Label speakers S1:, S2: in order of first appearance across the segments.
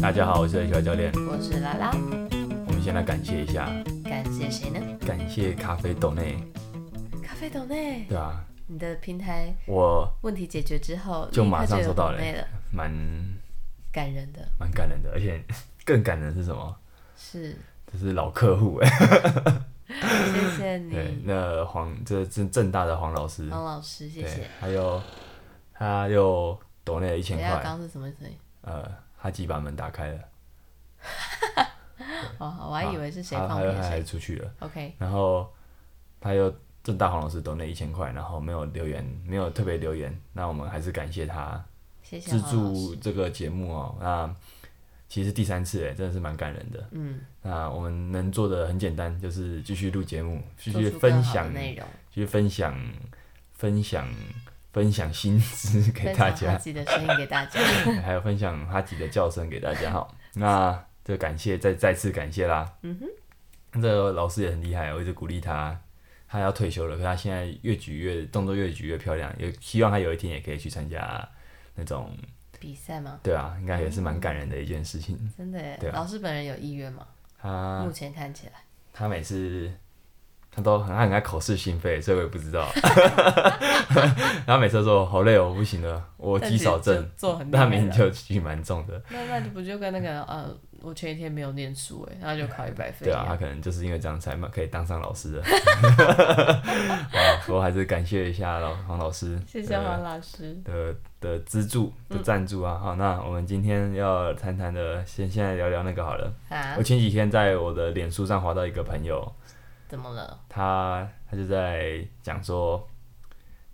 S1: 大家好，我是 H Y 教练。
S2: 我是拉拉，
S1: 我们先来感谢一下，
S2: 感谢谁呢？
S1: 感谢咖啡豆内，
S2: 咖啡豆内，
S1: 对啊，
S2: 你的平台
S1: 我
S2: 问题解决之后，
S1: 就
S2: 立刻
S1: 马上
S2: 有
S1: 收到
S2: 抖内
S1: 了
S2: 了，，
S1: 蛮
S2: 感人的，
S1: 蛮感人的，而且 更感人的是什么？
S2: 是，
S1: 这是老客户哎，
S2: 谢谢
S1: 对，
S2: 你，
S1: 那黄这这正大的黄老师，
S2: 王老师，哦谢
S1: 对
S2: 谢。，
S1: 还有他又抖内了一千
S2: 等一下，
S1: 块，
S2: 刚刚是什么声音？
S1: 呃，他自己把门打开了，
S2: 哦，我还以为是谁
S1: 他
S2: 放
S1: 他又
S2: 屁
S1: 他啊还
S2: 谁。
S1: 出去了，
S2: OK，
S1: 然后他又正大黄老师抖内一千块，然后没有留言，没有特别留言，那我们还是感谢他。
S2: 谢谢
S1: 资
S2: 黄老
S1: 助
S2: 师。
S1: 这个节目哦，那其实第三次哎，真的是蛮感人的。
S2: 嗯，
S1: 那我们能做的很简单，就是继续录节目，继
S2: 做
S1: 续
S2: 出更
S1: 分
S2: 好的
S1: 享，
S2: 内容，
S1: 继续分享，分享，分享薪资给
S2: 分
S1: 大
S2: 享他
S1: 家，
S2: 自己的声音给大家。
S1: 还有分享哈吉的叫声给大家哈。那就感谢，再再次感谢啦。
S2: 嗯
S1: 哼，这个老师也很厉害，我一直鼓励他。他要退休了，可他现在越举越动作越举越漂亮，也希望他有一天也可以去参加那种
S2: 比赛吗？
S1: 对啊，应该也是蛮感人的一件事情。
S2: 真的耶
S1: 对，啊啊
S2: 老师本人有意愿吗？
S1: 他
S2: 目前看起来，
S1: 他每次他都很他很爱口是心非，所以我也不知 道。然后每次都说好累哦，我不行了，我
S2: 但
S1: 肌
S2: 其实
S1: 少症
S2: 就，做很厉害
S1: 那
S2: 了
S1: 明就去蛮重的。
S2: 那那就不就跟那个呃，我前一天没有念书哎，然后就考一百分
S1: 对
S2: 一
S1: 啊，他
S2: 样。
S1: 可能就是因为这样才可以当上老师的。啊 好，我还是感谢一下老黄老师，
S2: 谢谢
S1: 呃
S2: 黄老师。嗯
S1: 的的资助的赞助啊。好，那我们今天要谈谈的，先现在聊聊那个好了。
S2: 啊
S1: 我？前几天在我的脸书上滑到一个朋友，
S2: 怎么了？
S1: 他他就在讲说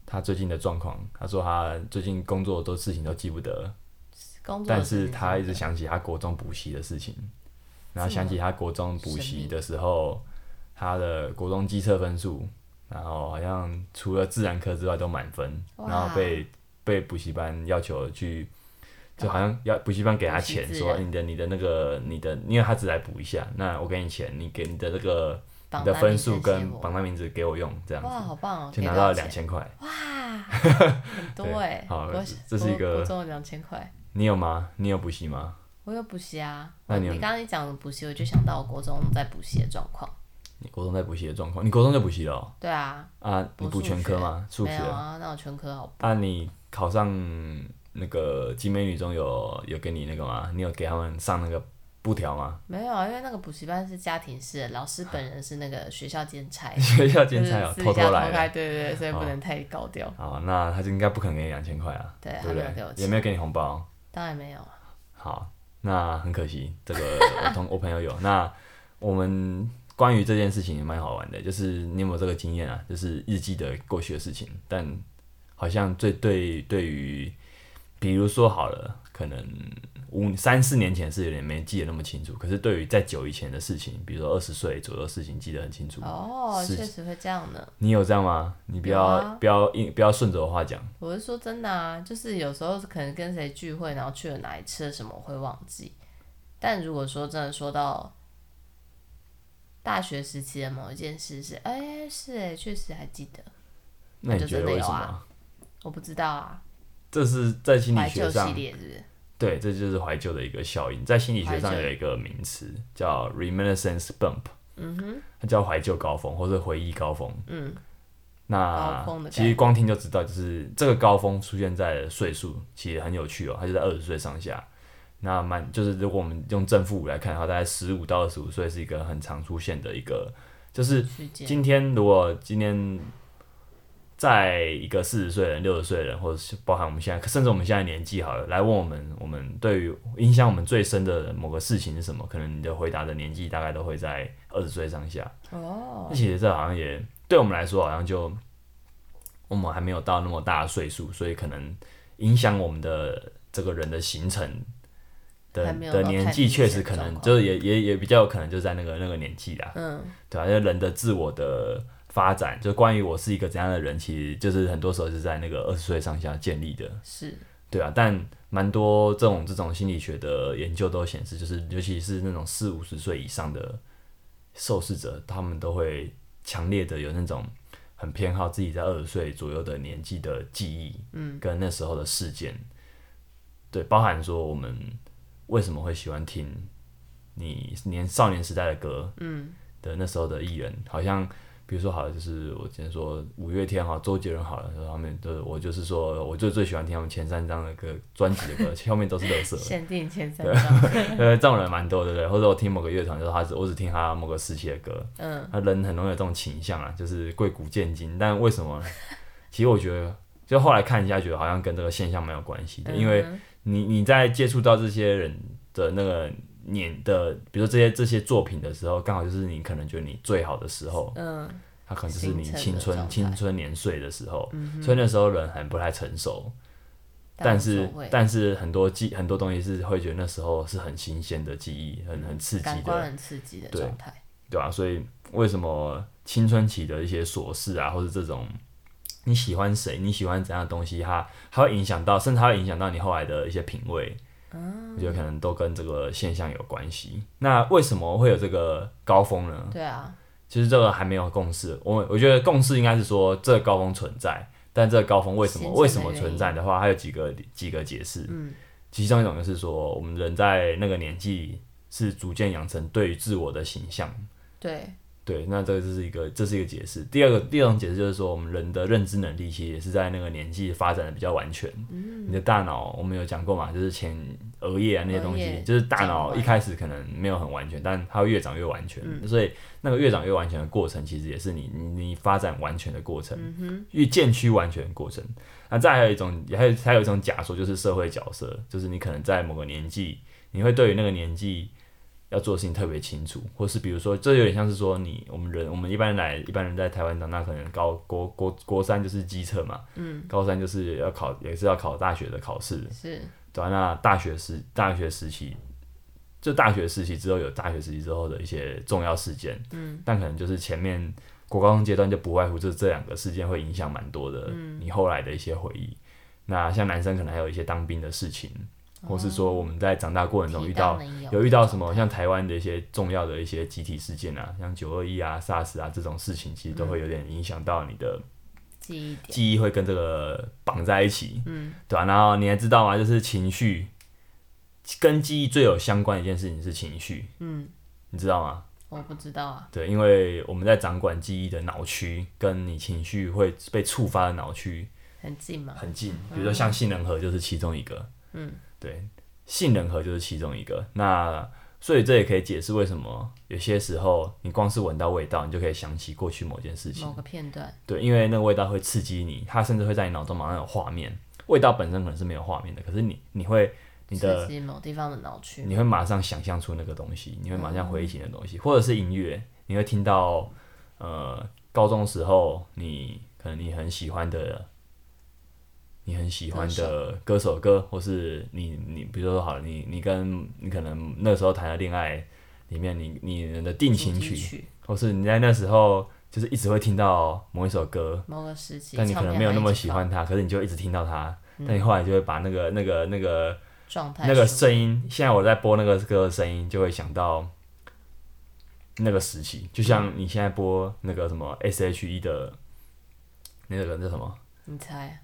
S1: 他最近的状况，他说他最近工作都事情都记不得，
S2: 工作的
S1: 但
S2: 事
S1: 是
S2: 情吗？
S1: 他一直想起他国中补习的事情，然后想起他国中补习的时候，他的国中机测分数，然后好像除了自然科之外都满分，
S2: 哇
S1: 然后被被补习班要求去。就好像要补习班给他
S2: 补
S1: 钱，
S2: 哦习自
S1: 说
S2: 然
S1: 你的你的那个你的，因为他只来补一下，那我给你钱，你给你的那个
S2: 榜
S1: 你的
S2: 单
S1: 分
S2: 名
S1: 数
S2: 称
S1: 跟
S2: 写我
S1: 榜单名字给我用，这样
S2: 哇，好棒哦，
S1: 就
S2: 给
S1: 拿
S2: 多
S1: 到
S2: 少
S1: 了两千
S2: 钱，
S1: 块。
S2: 哇， 很多
S1: 对
S2: 哎，
S1: 好
S2: 国
S1: 这是一个
S2: 国国中有两千块。
S1: 你有吗？你有补习吗？
S2: 我有补习啊，
S1: 那
S2: 我
S1: 你有
S2: 你刚刚一讲补习，我就想到我国中在补习的状况。
S1: 你国中在补习的状况，你国中就补习了哦、
S2: 对啊，
S1: 啊？你
S2: 我
S1: 补
S2: 数
S1: 全科
S2: 学
S1: 吗？数
S2: 没
S1: 学
S2: 有啊，那我全科好
S1: 啊？你考上那个集美女中有有给你那个吗？你有给他们上那个布条吗？，
S2: 没有啊，因为那个补习班是家庭式的，老师本人是那个学校兼差
S1: 学校
S2: 哎就
S1: 兼
S2: 是
S1: 差有
S2: 私
S1: 偷
S2: 底下
S1: 偷
S2: 偷
S1: 来的。哦
S2: 开，对对对，所以不能太高调。
S1: 好，那他就应该不可能给你两千块啊，
S2: 对
S1: 对不
S2: 他没有给我
S1: 对？
S2: 钱
S1: 也没有给你红包。
S2: 当然没有啊，
S1: 好，那很可惜，这个我同我 朋友有。那我们关于这件事情也蛮好玩的，就是你有没有这个经验啊？就是日记的过去的事情，但好像最对对于，比如说好了，可能五三四年前是有点没记得那么清楚，可是对于再久以前的事情，比如说二十岁左右的事情，记得很清楚。
S2: 哦，
S1: 是
S2: 确实会这样的。
S1: 你有这样吗？你不要、
S2: 有啊
S1: 不要硬不要顺着我话讲。
S2: 我是说真的啊，就是有时候可能跟谁聚会，然后去了哪里吃了什么，我会忘记。但如果说真的说到大学时期的某一件事是，哎、是哎、确实还记得，
S1: 那你
S2: 就
S1: 觉得
S2: 真的
S1: 为
S2: 有
S1: 什么？
S2: 啊我不知道啊，
S1: 这是在心理
S2: 怀
S1: 学
S2: 旧
S1: 上
S2: 系列是不是？
S1: 对，这就是怀旧的一个效应，在心理学上
S2: 怀旧
S1: 有一个名词叫 reminiscence bump，嗯哼，它叫怀旧高峰或者回忆高峰。
S2: 嗯，
S1: 那
S2: 高峰的概
S1: 其
S2: 念
S1: 实光听就知道，就是这个高峰出现在岁数，其实很有趣哦，它就在二十岁上下。那蛮就是如果我们用正负五来看的话，大概十五到二十五岁是一个很常出现的一个，就是
S2: 去见
S1: 今天如果今天在一个四十岁的人、六十岁的人，或者是包含我们现在，甚至我们现在的年纪好了，来问我们，我们对于影响我们最深的某个事情是什么？可能你的回答的年纪大概都会在二十岁上下。
S2: 哦，
S1: 那其实这好像也对我们来说，好像就我们还没有到那么大的岁数，所以可能影响我们的这个人的形成的
S2: 还没有
S1: 的
S2: 到
S1: 年
S2: 太
S1: 纪，
S2: 明
S1: 确
S2: 显
S1: 实
S2: 的
S1: 可
S2: 状
S1: 能
S2: 况
S1: 就是也也也比较有可能就在那个那个年纪啦。
S2: 嗯，
S1: 对啊，因为人的自我的发展，就关于我是一个怎样的人，其实就是很多时候是在那个二十岁上下建立的，
S2: 是
S1: 对啊。但蛮多这种这种心理学的研究都显示，就是尤其是那种四五十岁以上的受试者，他们都会强烈的有那种很偏好自己在二十岁左右的年纪的记忆，嗯，跟那时候的事件，对，包含说我们为什么会喜欢听你年少年时代的歌，嗯，的那时候的艺人，好像比如说好了，就是我之前说五月天哈，周杰伦好了，然后他们就是我就是说，我就最喜欢听他们前三张的歌，专辑的歌，后面都是乐色，
S2: 限定前三张，
S1: 呃，这种人蛮多，对不对？或者我听某个乐团，就是他只我只听他某个时期的歌，
S2: 嗯，
S1: 他人很容易有这种倾向啊，就是贵古贱今。但为什么 呢？其实我觉得，就后来看一下，觉得好像跟这个现象蛮有关系的， 因为
S2: 嗯哼
S1: 你你在接触到这些人的那个年的，比如说这些这些作品的时候，刚好就是你可能觉得你最好的时候，
S2: 嗯
S1: 他可能就是你
S2: 形
S1: 青
S2: 成的状
S1: 春
S2: 态嗯
S1: 青春年岁的时候，所以那时候人还不太成熟，但
S2: 无
S1: 是
S2: 所谓
S1: 但是很多记很多东西是会觉得那时候是很新鲜的记忆，很很刺激
S2: 感官
S1: 的，
S2: 很刺激的
S1: 对
S2: 状态，
S1: 对吧、所以为什么青春期的一些琐事啊，或者这种你喜欢谁，你喜欢怎样的东西，它它会影响到，甚至它会影响到你后来的一些品味。
S2: 啊
S1: 我觉得可能都跟这个现象有关系。那为什么会有这个高峰呢？
S2: 对啊，
S1: 其实这个还没有共识。我我觉得共识应该是说这个高峰存在，但这个高峰为什么
S2: 形成的
S1: 为什么存在的话，它有几个几个解释。
S2: 嗯，
S1: 其中一种就是说，我们人在那个年纪是逐渐养成对于自我的形象。
S2: 对，
S1: 对，那这个就是一个，这是一个解释。第二个，第二种解释就是说，我们人的认知能力其实也是在那个年纪发展的比较完全。
S2: 嗯
S1: 你的大脑，我们有讲过嘛，就是前额叶啊那些东
S2: 额叶
S1: 西，就是大
S2: 长
S1: 脑
S2: 完嗯
S1: 一开始可能没有很完全，但它会越长越完全。所以那个越长越完全的过程，其实也是你你你发展完全的过程，
S2: 嗯
S1: 越渐趋完全的过程。那再还有一种，还有还有一种假说，就是社会角色，就是你可能在某个年纪，你会对于那个年纪要做的事情特别清楚，或是比如说，这有点像是说你我们人，我们一般人来，一般人在台湾长大，可能高国国国三就是机测嘛，嗯，高三就是要考，也是要考大学的考试，
S2: 是
S1: 对啊，那大学时大学时期，就大学时期之后有大学时期之后的一些重要事件，嗯，但可能就是前面国高中阶段就不外乎就是这两个事件会影响蛮多的，你后来的一些回忆。那像男生可能还有一些当兵的事情，或是说我们在长大过程中遇哦
S2: 提
S1: 到
S2: 到能
S1: 有遇到什么像台湾的一些重要的一些集体事件啊，像九二一啊、SARS 啊这种事情，其实都会有点影响到你的
S2: 记忆点，
S1: 记忆，会跟这个绑在一起，嗯，对吧、然后你还知道吗？就是情绪跟记忆最有相关的一件事情是情绪，
S2: 嗯，
S1: 你知道吗？
S2: 我不知道啊，
S1: 对，因为我们在掌管记忆的脑区，跟你情绪会被触发的脑区
S2: 很近嘛，
S1: 很近，比如说像杏仁核就是其中一个，
S2: 嗯，
S1: 对，杏仁核就是其中一个。那所以这也可以解释为什么有些时候你光是闻到味道，你就可以想起过去某件事情
S2: 某。个片段，
S1: 对，因为那个味道会刺激你，它甚至会在你脑中马上有画面。味道本身可能是没有画面的，可是你你会你
S2: 刺
S1: 的
S2: 激某地方的脑区，
S1: 你会马上想象出那个东西，你会马上回忆起那个东西，或者是音乐，你会听到呃高中时候你可能你很喜欢的。你很喜欢的歌手歌，或是你你比如说好了，你你跟你可能那时候谈的恋爱里面，你你的定情曲，
S2: 曲，
S1: 或是你在那时候就是一直会听到某一首歌，
S2: 某个时期，
S1: 但你可
S2: 唱
S1: 能
S2: 片
S1: 没有
S2: 还
S1: 那
S2: 一
S1: 么
S2: 直
S1: 喜
S2: 放
S1: 欢它，可是你就一直听到它，但你后来就会把那个、那个、那个、
S2: 状态，
S1: 那个声音，现在我在播那个歌的声音，就会想到那个时期，就像你现在播那个什么 S.H.E 的那个那什么
S2: 你猜啊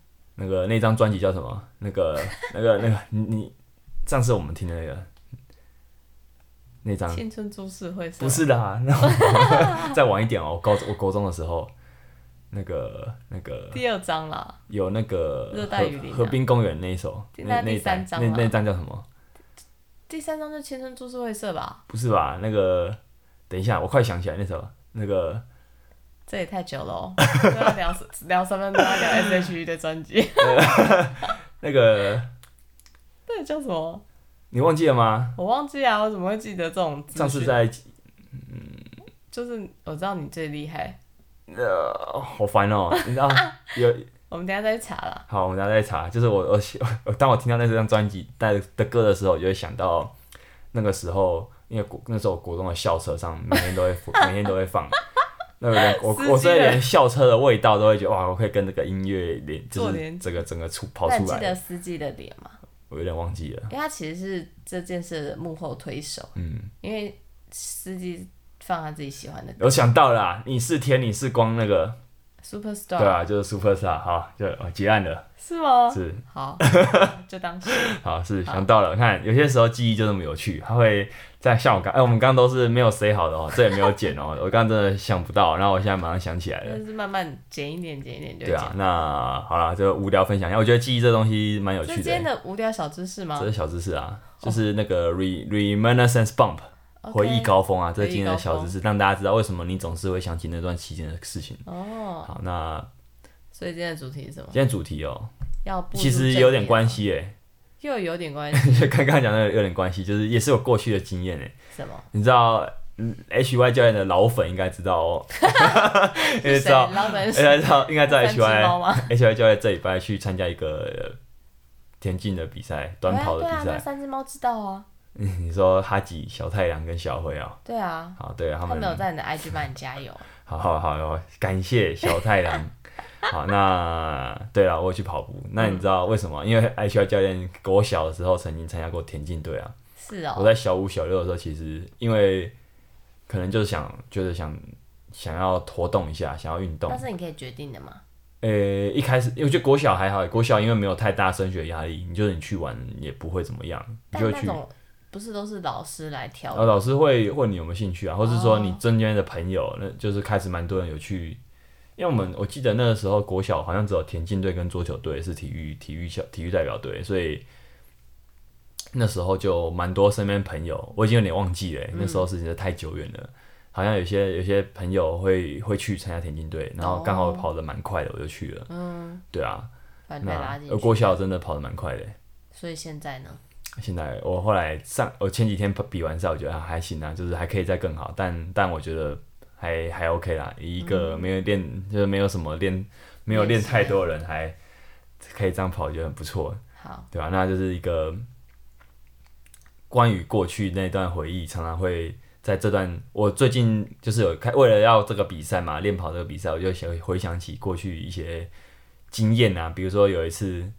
S1: 那个那张专辑叫什么？那个、那个、那个，你你上次我们听的那个那张
S2: 青春株式会社
S1: 嗯不是啦，那我再晚一点哦、我高我高中的时候，那个那个
S2: 第二章啦，
S1: 有那个
S2: 热带雨林啊
S1: 河河滨公园那一首，
S2: 第
S1: 那
S2: 那
S1: 那一
S2: 第三
S1: 张
S2: 章
S1: 那
S2: 吗
S1: 那一张叫什么？
S2: 第三章就青春株式会社吧，
S1: 不是吧？那个等一下，我快想起来那首那个
S2: 这也太久了 哦，都要聊聊三分钟，要聊 S.H.E 的专辑，
S1: 那个
S2: 那个叫什么？
S1: 你忘记了吗？
S2: 我忘记啊，我怎么会记得这种资讯？
S1: 上次在
S2: 就是我知道你最厉害，
S1: 呃，好烦哦、你知道 有
S2: 我们等一下再去查啦。
S1: 好，我们等一下再查。就是我我我当我听到那张专辑带的歌的时候，我就会想到那个时候，因为国那时候国中的校车上每天都会 每天都会放。那个我
S2: 司机
S1: 我所以
S2: 的
S1: 连校车的味道都会觉得哇，我可以跟这个音乐连就
S2: 做
S1: 是
S2: 连
S1: 整个整个出跑
S2: 但
S1: 出
S2: 你记
S1: 来，嗯
S2: 得司机的脸吗？
S1: 我有点忘记了。
S2: 因为他其实是这件事的幕后推手，
S1: 嗯，
S2: 因为司机放他自己喜欢的歌，
S1: 我想到了啊、你是天，你是光那个
S2: Superstar，
S1: 对啊，就是 Superstar 哈，就哦结案了，
S2: 是吗？
S1: 是
S2: 好，就 当是
S1: 好是
S2: 好
S1: 想到了。看有些时候记忆就这么有趣，它会在像我刚哎、我们刚刚都是没有 say 好的 哦，这也没有剪哦，我刚刚真的想不到，然后我现在马上想起来了
S2: 但。是慢慢减一点，减一点就
S1: 对
S2: 减。
S1: 啊，那好了，就无聊分享一下。我觉得记忆这东西蛮有
S2: 这
S1: 趣
S2: 是今
S1: 的欸、
S2: 天的无聊小知识吗
S1: 这是小知识啊，就是那个 re reminiscence bump 回忆高峰啊，这是今天的小知识，让大家知道为什么你总是会想起那段期间的事情。
S2: 哦。
S1: 好，那
S2: 所以今天的主题是什么
S1: 今？天主题哦、
S2: 要步入
S1: 其实
S2: 正
S1: 有点
S2: 题
S1: 关
S2: 了，
S1: 系诶、
S2: 又有点关系。
S1: 就跟刚刚讲的有点关系，就是也是我过去的经验诶、
S2: 什么？
S1: 你知道嗯 HY 教练的老粉应该知道 哦， 因为知
S2: 是谁？
S1: 道哎
S2: 老板
S1: 应该知道应该知道
S2: 三只
S1: HY
S2: 猫吗？
S1: HY 教练这礼拜去参加一个呃田径的比赛，短跑的
S2: 对啊
S1: 比
S2: 对啊，那
S1: 赛。
S2: 三只猫知道啊。
S1: 嗯， 你说哈吉、小太阳跟小辉啊、
S2: 对啊，
S1: 好，对他
S2: 他
S1: 们
S2: 们有在你的 IG 帮你加油。
S1: 好好好好，感谢小太 郎。好，那对了，我有去跑步。那
S2: 嗯
S1: 你知道为什么？因为 H Y 教练我小的时候曾经参加过田径队啊。
S2: 是
S1: 我
S2: 哦，
S1: 在小五、小六的时候，其实因为可能就是想，觉得想想要活动一下，想要运动
S2: 但。是你可以决定的嘛。
S1: 呃、一开始因为我觉得国小还好，欸国小因为没有太大升学压力，你就是你去玩也不会怎么样，你
S2: 但
S1: 就会
S2: 那
S1: 去。哦
S2: 种不是都是老师来挑
S1: 然后老师会问你有没有兴趣啊，或是
S2: 哦
S1: 说你中间的朋友，那就是开始蛮多人有去，因为我们我记得那个时候国小好像只有田径队跟桌球队是体育体育校体育代表队，所以那时候就蛮多身边朋友，我已经有点忘记了欸、那时
S2: 嗯
S1: 候事情真的太久远了。好像有些有些朋友会会去参加田径队，然后刚好
S2: 哦
S1: 跑得蛮快的，我就去了。嗯，对啊，
S2: 把你被拉
S1: 那
S2: 进
S1: 呃
S2: 去。
S1: 国小真的跑得蛮快的欸、
S2: 所以现在呢？
S1: 现在我后来上我前几天比完赛，我觉得啊还行啊，就是还可以再更好，但但我觉得还还 OK 啦。以一个
S2: 嗯
S1: 没有练、就是没有什么练没有练太多的人，还可以这样跑，我觉得很不错，
S2: 好，
S1: 对吧、那就是一个关于过去那段回忆，常常会在这段我最近就是有开为了要这个比赛嘛，练跑这个比赛，我就想回想起过去一些经验啊，比如说有一次。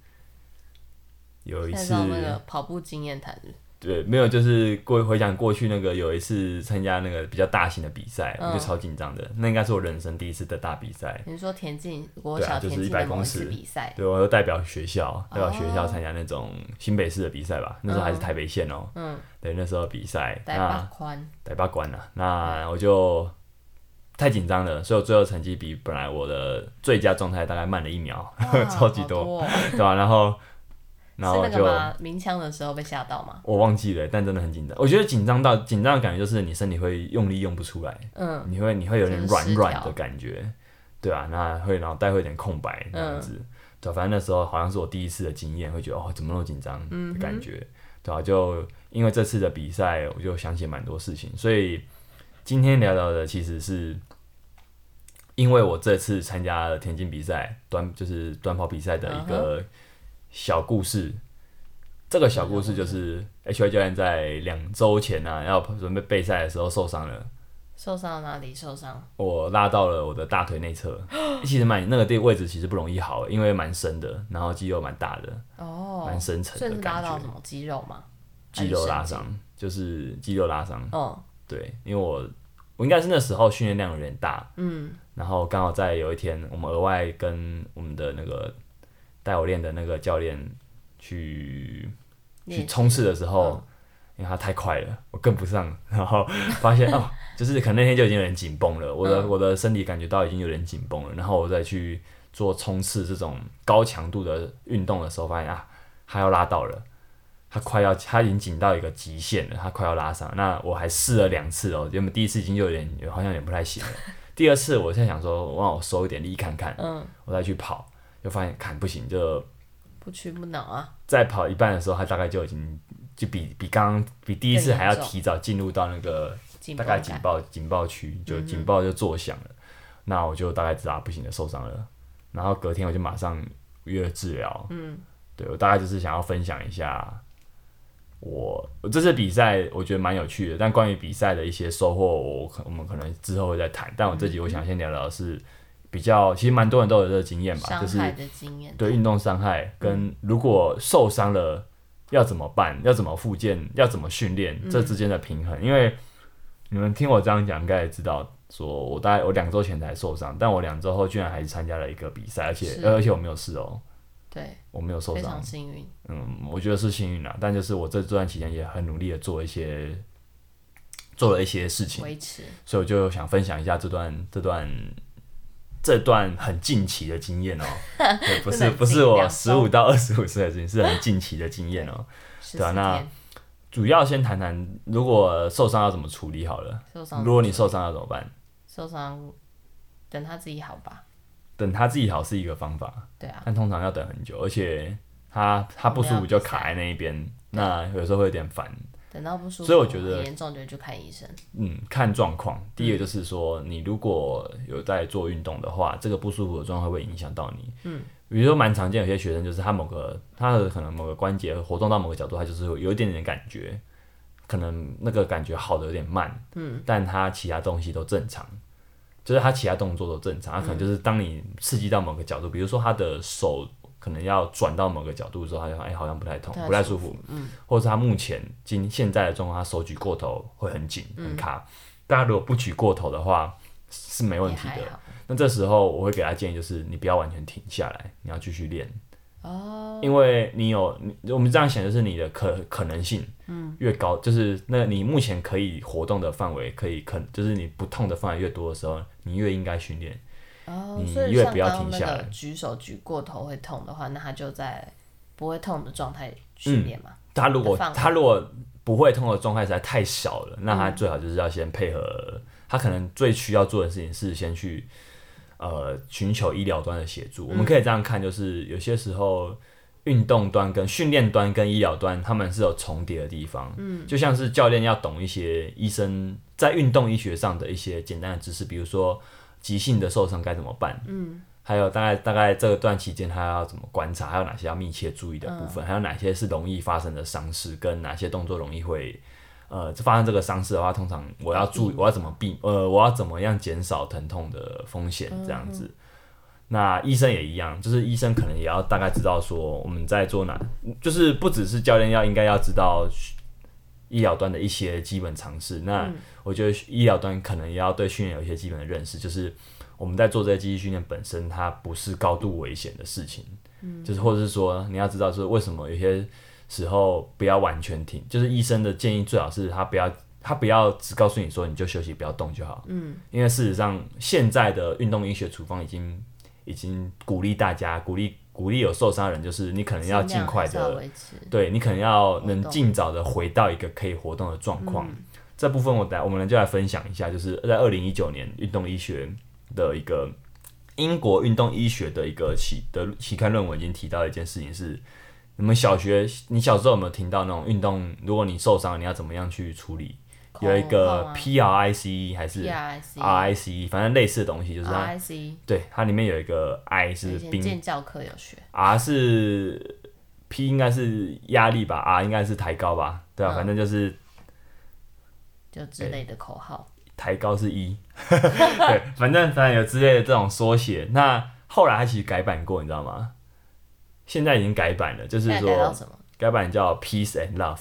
S1: 有一
S2: 现
S1: 次
S2: 在是，那个跑步经验谈是不是
S1: 对，没有，就是过回想过去那个有一次参加那个比较大型的比赛，
S2: 嗯
S1: 我就超紧张的。那应该是我人生第一次的大比赛，
S2: 你是说田径国
S1: 对啊
S2: 小
S1: 就是
S2: 田径
S1: 100
S2: 的某
S1: 公
S2: 一
S1: 尺
S2: 次比赛，
S1: 对我又代表学校，代表学
S2: 哦
S1: 校参加那种新北市的比赛吧，那时候还是台北县哦、
S2: 嗯，
S1: 对，那时候比赛，
S2: 带八
S1: 那
S2: 宽，
S1: 台八关了、那我就太紧张了，所以我最后成绩比本来我的最佳状态大概慢了一秒，
S2: 哇
S1: 超级
S2: 好
S1: 多，
S2: 多哦，
S1: 对吧、然 后，然后
S2: 是那
S1: 就
S2: 个吗？鸣枪的时候被吓到吗？
S1: 我忘记了，但真的很紧张。我觉得紧张到紧张的感觉就是你身体会用力用不出来，
S2: 嗯，
S1: 你会你会有点
S2: 就是
S1: 软
S2: 失
S1: 软
S2: 调嗯
S1: 的感觉，对啊，那会脑袋会有点空白那样子。对啊，反正那时候好像是我第一次的经验，会觉得哦怎么那么紧张的感觉，
S2: 嗯
S1: 对啊，就因为这次的比赛，我就想起蛮多事情，所以今天聊聊的其实是。因为我这次参加了田径比赛，短就是短跑比赛的一
S2: 嗯
S1: 个小故事。这个小故事就是哎 H Y 教练在两周前呢、啊，要准备备赛的时候受伤了，
S2: 受伤了哪里受伤？
S1: 我拉到了我的大腿内侧， 其实蛮那个地位置其实不容易好，因为蛮深的，然后肌肉蛮大的，
S2: 哦，
S1: 蛮深层
S2: 所以
S1: 的
S2: 是拉
S1: 感
S2: 到
S1: 觉
S2: 什，么肌肉吗？还
S1: 肌
S2: 是
S1: 肉拉
S2: 神
S1: 伤就是肌肉拉伤，
S2: 经？嗯，
S1: 对，因为我我应该是那时候训练量有点大，嗯，然后刚好在有一天，我们额外跟我们的那个带我练的那个教练去去
S2: 练
S1: 冲刺的时候，因为他太快了，我跟不上， 然后发现哦，就是可能那天就已经有点紧绷了，我的、我的身体感觉到已经有点紧绷了，然后我再去做冲刺这种高强度的运动的时候，发现啊，他要拉到了。他快要，他已经紧到一个极限了，他快要拉伤。那我还试了两次哦，原本第一次已经有点，好像有点不太行了。 第二次我现在想说，我让我收一点力看看，
S2: 嗯，
S1: 我再去跑，就发现看不行，就
S2: 不屈不挠啊，
S1: 在跑一半的时候，他大概就已经就比比刚刚比第一次还要提早进入到那个
S2: 紧
S1: 大
S2: 绷
S1: 概
S2: 感
S1: 警报嗯警报区，就警报就作响了。那我就大概知道不行了，受伤了。然后隔天我就马上约了治疗。嗯，对我大概就是想要分享一下我我这次比赛，我觉得蛮有趣的。但关于比赛的一些收获，我可我们可能之后会再谈。但我自己我想先聊聊的是比较，其实蛮多人都有这个经验吧，
S2: 伤
S1: 就是
S2: 害的经验，
S1: 对运动伤害
S2: 嗯
S1: 跟如果受伤了要怎么办，要怎么
S2: 嗯
S1: 复健，要怎么训练这之间的平衡。因为你们听我这样讲，应该也知道，说我大概我两周前才受伤，但我两周后居然还是参加了一个比赛，而且
S2: 是
S1: 呃而且我没有事哦，
S2: 对，
S1: 我没有受
S2: 非
S1: 伤
S2: 常，幸运，
S1: 嗯，我觉得是幸运啦。但就是我这段期间也很努力的做一些做了一些事情，
S2: 维持
S1: 所以我就想分享一下这段这段这段很近期的经 验哦、对，不
S2: 真的
S1: 是
S2: 很
S1: 不是
S2: 近
S1: 我
S2: 两
S1: 十
S2: 周
S1: 五到二十五岁的事情，是很近期的经验哦、
S2: 十四
S1: 对啊那
S2: 天
S1: 主要先谈谈如果受伤要怎么处理好了，
S2: 受伤，
S1: 如果你受伤要怎么办？
S2: 受伤，等他自己好吧，
S1: 等他自己好是一个方法，
S2: 对啊，
S1: 但通常要等很久，而且他他不舒服就卡在那一边，那有时候会有点烦。
S2: 等到不舒服，
S1: 所以我觉得
S2: 很严重就去看医生，
S1: 嗯，看状况。第
S2: 嗯
S1: 一个就是说，你如果有在做运动的话，这个不舒服的状况会不会影响到你。嗯，比如说蛮常见，有些学生就是他某个他的可能某个关节活动到某个角度，他就是有一点点感觉，可能那个感觉好的有点慢。嗯，但他其他东西都正常，就是他其他动作都正常。他可
S2: 嗯
S1: 能就是当你刺激到某个角度，比如说他的手可能要转到某个角度的时候，他就哎、好像不太痛，
S2: 不太嗯
S1: 不太舒服。或者是他目前今现在的状况，他手举过头会很紧
S2: 嗯
S1: 很卡。大家如果不举过头的话是没问
S2: 也
S1: 题
S2: 还
S1: 的。
S2: 好，
S1: 那这时候我会给他建议，就是你不要完全停下来，你要继续练，
S2: 哦，
S1: 因为你有你我们这样想，就是你的可可能性
S2: 嗯
S1: 越高，就是那你目前可以活动的范围，可以可就是你不痛的范围越多的时候，你越应该训练。
S2: 哦，
S1: 你
S2: 所以
S1: 越
S2: 像
S1: 嗯不要
S2: 刚刚
S1: 停
S2: 那
S1: 下
S2: 个
S1: 来
S2: 举手举过头会痛的话，那他就在不会痛的状
S1: 嗯
S2: 态训练嘛，
S1: 他如果
S2: 的范围嗯
S1: 他如果不会痛的状态实在太小了，那他最好就是要先配合，他可能最需要做的事情是先去呃寻求医疗端的协助。我
S2: 嗯
S1: 们可以这样看，就是有些时候运动端跟训练端跟医疗端他们是有重叠的地方。嗯，就像是教练要懂一些医生在运动医学上的一些简单的知识，比如说急性的受伤该怎么办。嗯。还有大概大概这段期间，他要怎么观察，还有哪些要密切注意的部分，还有哪些是容易发生的伤势，跟哪些动作容易会，呃，发生这个伤势的话，通常我要注意，我要怎么避，呃，我要怎么样减少疼痛的风险，这样子。那医生也一样，就是医生可能也要大概知道说我们在做哪，就是不只是教练要应该要知道医疗端的一些基本常识。那我觉得医疗端可能也要对训练有一些基本的认识，就是我们在做这些肌力训练本身，它不是高度危险的事情，
S2: 嗯
S1: 就是或者是说你要知道是为什么有些时候不要完全停，就是医生的建议最好是他不要他不要只告诉你说你就休息不要动就好，嗯，因为事实上现在的运动医学处方已经已经鼓励大家鼓励鼓励有受伤的人，就是你可能要
S2: 尽
S1: 尽
S2: 量
S1: 快
S2: 还是要
S1: 的
S2: 维持，
S1: 对你可能要能
S2: 活动
S1: 尽早的回到一个可以活动的状况。这部分我来，我们就来分享一下，就是在二零一九年运动医学的一个英国运动医学的一个期的期刊论文已经提到一件事情是。你们小学，你小时候有没有听到那种运动？如果你受伤了，你要怎么样去处理？
S2: 哦
S1: 有一
S2: 啊
S1: 个 PRIC 还是
S2: PRIC
S1: RIC，反正类似的东西，就是它
S2: RIC，
S1: 对它里面有一个 I
S2: 以
S1: 是
S2: 前
S1: 冰
S2: 健教课有学，
S1: R 是 P 应该是压力吧，R 应该是抬高吧，对啊，
S2: 嗯
S1: 反正就是
S2: 就之类的口号，
S1: 抬高是一、 对，反正反正有之类的这种缩写。那后来它其实改版过，你知道吗？现在已经改版了，就是
S2: 那改到
S1: 说
S2: 什么？
S1: 改版叫 Peace and Love，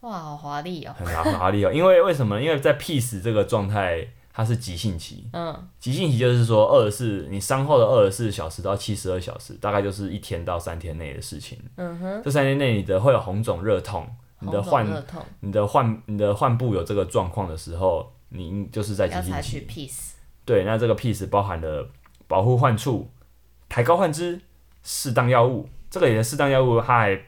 S2: 哇，好华丽哦，
S1: 很麻很华丽哦。因为为什么呢？因为在 Peace 这个状态，它是急性期，
S2: 嗯，
S1: 急性期就是说二十四，你伤后的二十四小时到七十二小时，大概就是一天到三天内的事情。嗯哼，这三天内你的会有红肿、热痛，你的
S2: 红肿
S1: 患、
S2: 热痛
S1: 你的患、你的患部有这个状况的时候，你就是在
S2: 要
S1: 急性
S2: 采
S1: 期。
S2: 取 peace，
S1: 对，那这个 piece 包含了保护患处、抬高患肢、适当药物。这个也适当药物，它还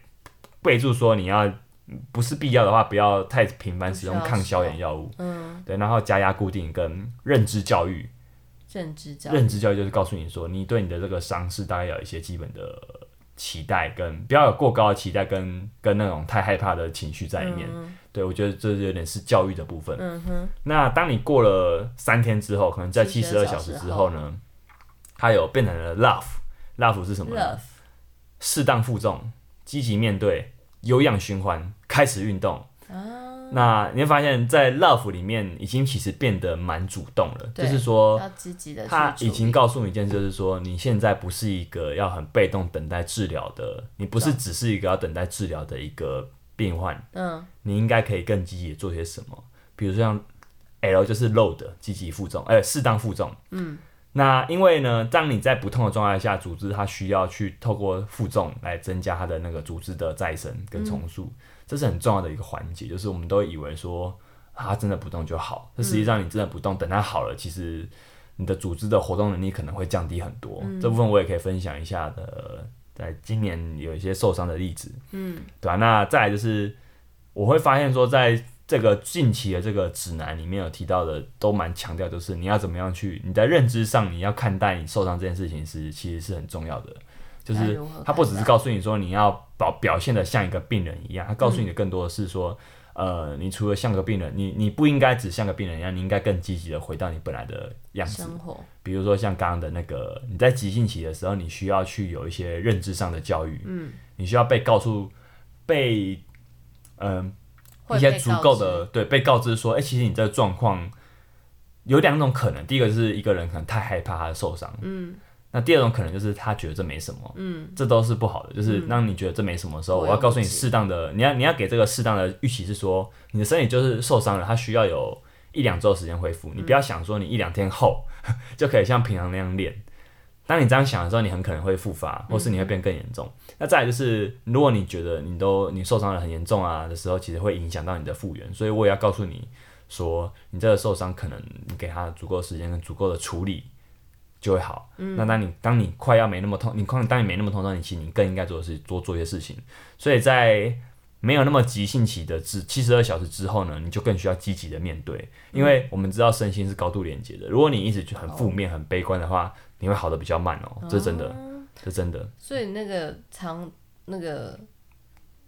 S1: 备注说你要嗯不是必要的话，不要太频繁使用
S2: 不需要
S1: 抗消炎
S2: 使
S1: 药物。嗯，对，然后加压固定跟认知教育。
S2: 认知教育
S1: 认知教育就是告诉你说，你对你的这个伤势大概要有一些基本的期待，跟不要有过高的期待跟，跟那种太害怕的情绪在里面。对我觉得这有点是教育的部分。
S2: 嗯哼，
S1: 那当你过了三天之后，可能在七十二
S2: 72
S1: 小时之后呢，它有变成了 love。love 是什么呢？
S2: love
S1: 适当负重，积极面对，有氧循环，开始运动。
S2: 啊，
S1: 那你会发现，在 love 里面已经其实变得蛮主动了，就
S2: 对
S1: 是说
S2: 要积极的去
S1: 他已
S2: 处
S1: 经
S2: 理
S1: 告诉你一件事，就是说你现在不是一个要很被动等待治疗的，你不是只是一个要等待治疗的一个病患，
S2: 嗯，
S1: 你应该可以更积极地做些什么，比如说像 L 就是 load 积极负重，呃，适当负重。嗯，那因为呢，当你在不痛的状态下，组织它需要去透过负重来增加它的那个组织的再生跟重塑，
S2: 嗯
S1: 这是很重要的一个环节。就是我们都以为说啊它真的不动就好，
S2: 嗯
S1: 这实际上你真的不动，等它好了，其实你的组织的活动能力可能会降低很多。
S2: 嗯
S1: 这部分我也可以分享一下的，在今年有一些受伤的例子。嗯，对啊，那再来就是我会发现说，在这个近期的这个指南里面有提到的，都蛮强调，就是你要怎么样去你在认知上，你要看待你受伤这件事情是其实是很重要的。就
S2: 该
S1: 是
S2: 如何
S1: 他不只是
S2: 看待
S1: 告诉你说你要表表现的像一个病人一样，他告诉你的更多的是说，呃，你除了像个病人，你你不应该只像个病人一样，你应该更积极的回到你本来的样子。
S2: 生活，
S1: 比如说像刚刚的那个，你在急性期的时候，你需要去有一些认知上的教育，嗯，你需要被告诉被嗯、
S2: 会
S1: 一些
S2: 被
S1: 足
S2: 告
S1: 够
S2: 知
S1: 的对被告知说，哎、其实你这个状况有两种可能，第一个是一个人可能太害怕他受伤，嗯。那第二种可能就是他觉得这没什么，嗯，这都是不好的。就是让你觉得这没什么的时候，
S2: 嗯我
S1: 我
S2: 有
S1: 要告诉
S2: 理
S1: 你
S2: 解
S1: 适当的，你要你要给这个适当的预期是说，你的身体就是受伤了，它需要有一两周的时间恢
S2: 嗯
S1: 复。你不要想说你一两天后 就可以像平常那样练。当你这样想的时候，你很可能会复发，
S2: 嗯
S1: 或是你会变更严重。那再来就是，如果你觉得你都你受伤的很严重啊的时候，其实会影响到你的复原。所以我也要告诉你说，你这个受伤可能你给他足够的时间跟足够的处理就会好。那当你当你快要没那么痛，你快当你没那么痛的时候，你其实你更应该做的是多做一些事情。所以在没有那么急性期的之七十二小时之后呢，你就更需要积极的面对，因为我们知道身心是高度连接的。如果你一直就很负面、很悲观的话，你会好的比较慢哦，这真的，这真的。
S2: 所以那个常那个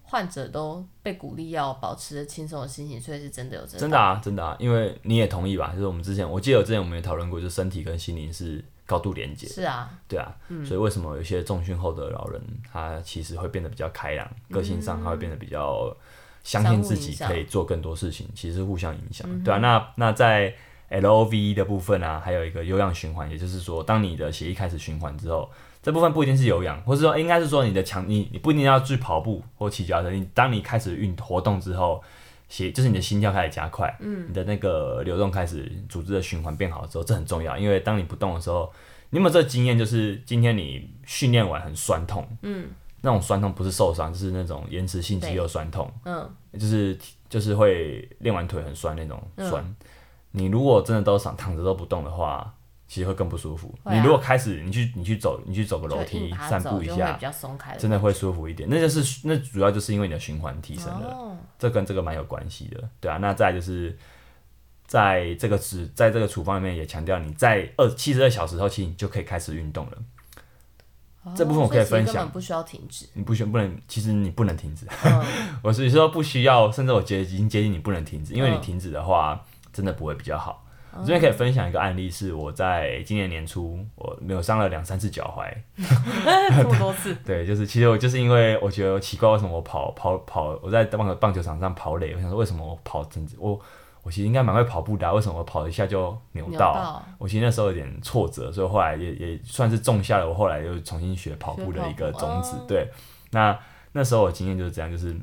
S2: 患者都被鼓励要保持着轻松的心情，所以是真的有这
S1: 真的啊，真的啊，因为你也同意吧？就是我们之前，我记得之前我们也讨论过，就是身体跟心灵是高度连接，
S2: 是啊，
S1: 对啊，所以为什么有些重训后的老人，他其实会变得比较开朗，个性上他会变得比较相信自己
S2: 相互
S1: 可
S2: 影响
S1: 以做更多事情，其实是互相影响，对啊，那那在 LOVE 的部分啊，还有一个有氧循环，也就是说，当你的血液开始循环之后，这部分不一定是有氧，或是说应该是说你的强，你你不一定要去跑步或骑脚踏车，你当你开始运活动之后，血就是你的心跳开始加快，嗯，你的那个流动开始组织的循环变好之后，这很重要，因为当你不动的时候，你有没有这个经验？就是今天你训练完很酸痛，嗯，那种酸痛不是受伤，就是那种延迟性肌肉酸痛，
S2: 嗯，
S1: 就是就是会练完腿很酸那种酸。
S2: 嗯
S1: 你如果真的都躺躺着都不动的话，其实会更不舒服。
S2: 会啊
S1: 你如果开始你去你去走你去走个楼
S2: 就硬
S1: 梯
S2: 爬
S1: 散
S2: 走
S1: 步一
S2: 就会
S1: 下
S2: 比，较松开的
S1: 真的会舒服一点。那就是那主要就是因为你的循环提升了，
S2: 哦，
S1: 这跟这个蛮有关系的，对啊。那再来就是。在这个指，在这个处方里面也强调，你在二七十二小时后，其实你就可以开始运动了。这部分我可以
S2: 哦所其实
S1: 分
S2: 根
S1: 享
S2: 本不需要停止。
S1: 你不需不能，其实你不能停止。 我是说不需要，甚至我觉得已经接近你不能停止，因为你
S2: 嗯
S1: 停止的话，真的不会比较好。我这边可以分享一个案例，是我在今年年初我扭伤了两三次脚踝，
S2: 这么多次，
S1: 对，就是其实我就是因为我觉得奇怪，为什么我跑跑跑，我在棒球棒球场上跑垒，我想说为什么我跑整我我其实应该蛮会跑步的啊、为什么我跑一下就扭
S2: 扭
S1: 到？
S2: 到
S1: 我其实那时候有点挫折，所以后来也也算是种下了我后来又重新学跑步的一个
S2: 学跑步
S1: 种子
S2: 哦。
S1: 对，那那时候我经验就是这样，就是。